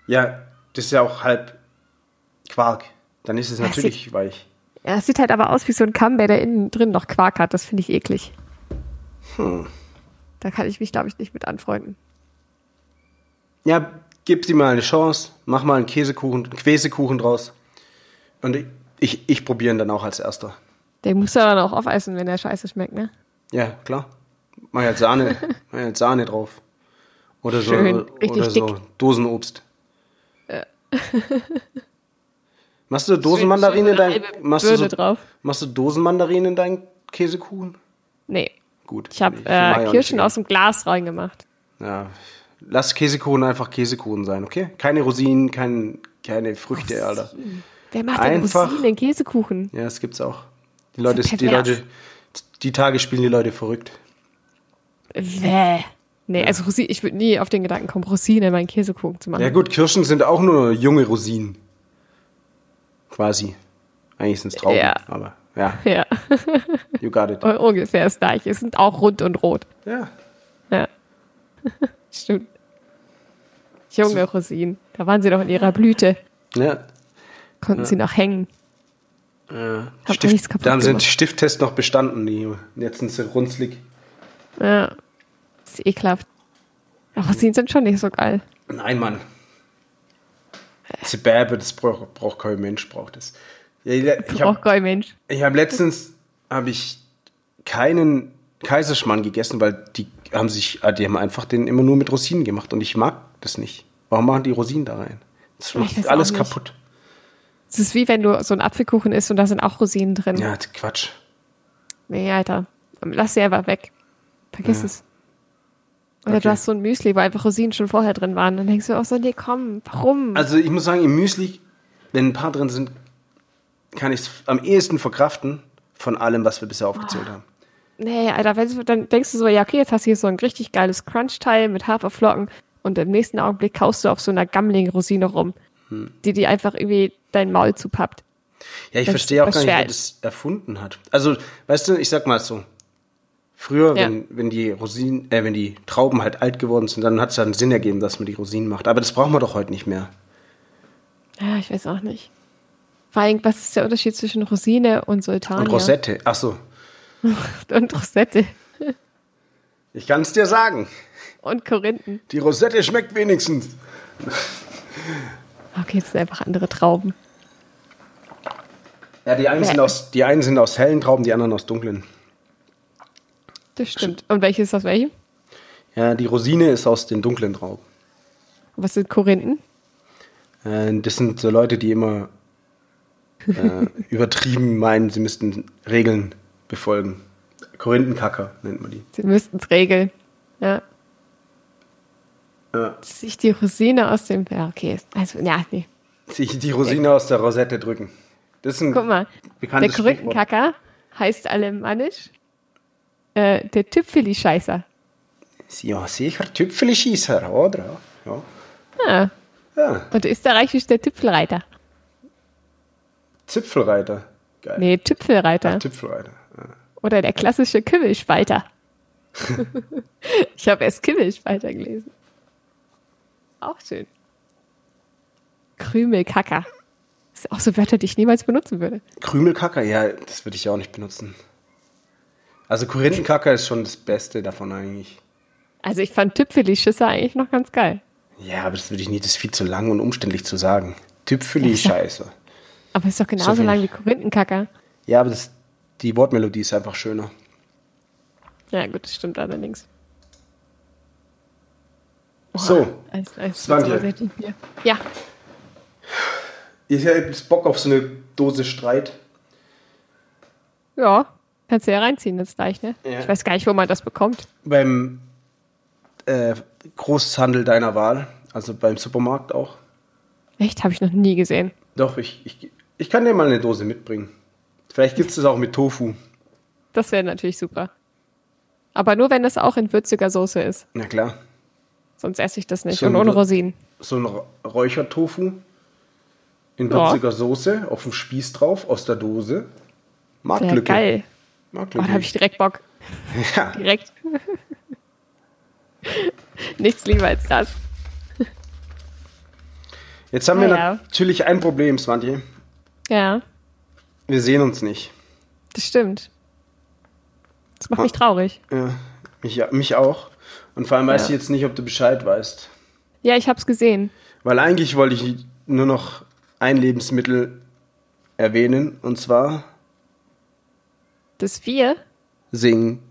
A: Ja, das ist ja auch halb Quark. Dann ist es
C: Ja, es sieht-
A: natürlich weich.
C: Ja, es sieht
A: Hm.
C: halt aber aus wie so ein Camembert, der innen drin noch Quark hat. Das finde ich eklig. Da kann ich mich, glaube ich, nicht mit anfreunden.
A: Ja, gib sie mal eine Chance, mach mal einen Käsekuchen, einen Käsekuchen draus. Und ich, ich, ich probiere ihn dann auch als erster.
C: Den muss er dann auch aufessen, wenn der scheiße schmeckt, ne?
A: Ja, klar. Mach halt Sahne, mach halt Sahne drauf. Oder so,
C: Schön, richtig
A: oder so
C: dick.
A: Dosenobst. machst du Dosenmandarinen in dein,
C: Schöne
A: machst du
C: Bürde
A: so,
C: drauf.
A: machst du Dosenmandarinen in deinen Käsekuchen?
C: Nee.
A: Gut.
C: Ich habe
A: Nee, mag ja auch
C: äh,
A: nicht
C: Kirschen
A: so
C: aus dem Glas reingemacht.
A: Ja, lass Käsekuchen einfach Käsekuchen sein, okay? Keine Rosinen, kein, keine Früchte, Alter.
C: Wer macht denn
A: Einfach-
C: Rosinen in Käsekuchen?
A: Ja, das gibt's auch. Die Leute,
C: Das ist
A: die
C: pervers.
A: Leute, die Tage spielen die Leute verrückt.
C: Bäh. Nee, also Rosi, ich würde nie auf den Gedanken kommen, Rosinen in meinen Käsekuchen zu machen.
A: Ja gut, Kirschen sind auch nur junge Rosinen. Quasi. Eigentlich sind's Trauben,
C: Ja.
A: aber ja,
C: Ja,
A: you got it.
C: e, ungefähr das gleiche. Es sind auch rund und rot.
A: Ja.
C: Ja. Stimmt. Junge Rosinen. Da waren sie doch in ihrer Blüte.
A: ja.
C: Konnten sie noch hängen. Hab
A: Stift-
C: nichts kaputt
A: da haben sie den
C: gemacht.
A: Stifttest noch bestanden, die jetzt sind sie runzlig.
C: Ja. Ist ekelhaft. Aber Rosinen sind schon nicht so geil.
A: Nein, Mann.
C: Äh.
A: Diese Bäbe, das braucht, braucht kein Mensch, braucht es. Ja, ich hab-
C: Braucht kein Mensch.
A: Ich habe letztens habe ich keinen Kaiserschmarrn gegessen, weil die haben sich, ah, die haben einfach den immer nur mit Rosinen gemacht und ich mag das nicht. Warum machen die Rosinen da rein? Das
C: weiß
A: macht
C: auch
A: alles
C: nicht.
A: kaputt.
C: Es ist wie wenn du so einen Apfelkuchen isst und da sind auch Rosinen drin.
A: Ja, Quatsch.
C: Nee, Alter. Lass sie einfach weg. Vergiss es. Oder
A: Okay.
C: du hast so ein Müsli, wo einfach Rosinen schon vorher drin waren. Dann denkst du auch so, nee, komm, warum?
A: Also ich muss sagen, im Müsli, wenn ein paar drin sind, kann ich es am ehesten verkraften von allem, was wir bisher aufgezählt
C: Ah.
A: haben.
C: nee, Alter, wenn du, dann denkst du so, ja, okay, jetzt hast du hier so ein richtig geiles Crunch-Teil mit Haferflocken und im nächsten Augenblick kaust du auf so einer gammeligen Rosine rum,
A: Hm.
C: die dir einfach irgendwie dein Maul zupappt.
A: Ja, ich
C: Das-
A: verstehe auch
C: was
A: gar nicht,
C: schwer
A: wer das erfunden hat. Also, weißt du, ich sag mal so. Früher,
C: Ja.
A: wenn, wenn die Rosinen, äh, wenn die Trauben halt alt geworden sind, dann hat es ja einen Sinn ergeben, dass man die Rosinen macht. Aber das brauchen wir doch heute nicht mehr.
C: Ja, ich weiß auch nicht. Vor allem, was ist der Unterschied zwischen Rosine und Sultana?
A: Und Rosette, ach so,
C: Und Rosette.
A: ich kann es dir sagen.
C: Und Korinthen.
A: Die Rosette schmeckt wenigstens.
C: Okay, das sind einfach andere Trauben.
A: Ja, die einen,
C: Bäh.
A: sind aus, die einen sind aus hellen Trauben, die anderen aus dunklen.
C: Das stimmt. Und welches ist das welche? Und
A: Ja, die Rosine ist aus den dunklen Trauben.
C: was sind Korinthen?
A: Äh, das sind so Leute, die immer äh, übertrieben meinen, sie müssten Regeln befolgen. Korinthenkacker nennt man die.
C: Sie müssten es regeln. Ja.
A: Ja.
C: Sich die Rosine aus dem. Ja, okay. Also, ja, nee.
A: sich die Rosine aus der Rosette drücken. Das ist ein
C: Guck mal. Der
A: bekanntes Sprichwort.
C: Korinthenkacker heißt alemannisch äh, der Tüpfeli-Scheißer.
A: Ja, sicher, Tüpfelschießer, oder? Ja.
C: Ah,
A: ja,
C: und österreichisch der Tüpfelreiter.
A: Zipfelreiter. Geil.
C: Nee, Tüpfelreiter.
A: Ach, Tüpfelreiter. Ja.
C: Oder der klassische Kümmelspalter. ich habe erst Kümmelspalter gelesen. Auch schön. Krümelkacker. Das sind auch so Wörter, die ich niemals benutzen würde.
A: Krümelkacker, ja, das würde ich auch nicht benutzen. Also Korinthenkacker ist schon das Beste davon eigentlich.
C: Also ich fand Tüpfeli-Schisser eigentlich noch ganz geil.
A: Ja, aber das würde ich nicht, das ist viel zu lang und umständlich zu sagen. Tüpfeli, scheiße.
C: Aber ist doch genauso
A: So
C: lang wie
A: wenig.
C: Korinthenkacker.
A: Ja, aber das, die Wortmelodie ist einfach schöner.
C: Ja gut, das stimmt allerdings.
A: So,
C: Eins, eins,
A: Svante.
C: zwei, drei, vier, vier. Ja,
A: ich habe jetzt Bock auf so eine Dose Streit.
C: ja. Kannst du ja reinziehen jetzt gleich, ne?
A: Ja.
C: Ich weiß gar nicht, wo man das bekommt.
A: beim äh, Großhandel deiner Wahl, also beim Supermarkt auch.
C: Echt, habe ich noch nie gesehen.
A: Doch, ich, ich, ich kann dir mal eine Dose mitbringen. Vielleicht gibt es das auch mit Tofu.
C: Das wäre natürlich super. Aber nur, wenn das auch in würziger Soße ist.
A: Na klar.
C: Sonst esse ich das nicht.
A: So
C: Und
A: ein
C: ohne
A: Wür-
C: Rosinen.
A: So ein Ra- Räuchertofu in
C: Ja.
A: würziger Soße, auf dem Spieß drauf, aus der Dose.
C: Ja,
A: Marktlücke.
C: geil. Oh, da
A: Marktlücke.
C: habe ich direkt Bock.
A: ja.
C: Direkt. Nichts lieber als das.
A: Jetzt haben wir
C: Naja.
A: natürlich ein Problem, Swantje.
C: Ja,
A: Wir sehen uns nicht.
C: das stimmt. Das macht mich traurig.
A: Ja. Mich, mich auch. Und vor allem weiß
C: Ja.
A: ich jetzt nicht, ob du Bescheid weißt.
C: Ja, ich hab's gesehen.
A: Weil eigentlich wollte ich nur noch ein Lebensmittel erwähnen und zwar
C: Das Vier.
A: singen.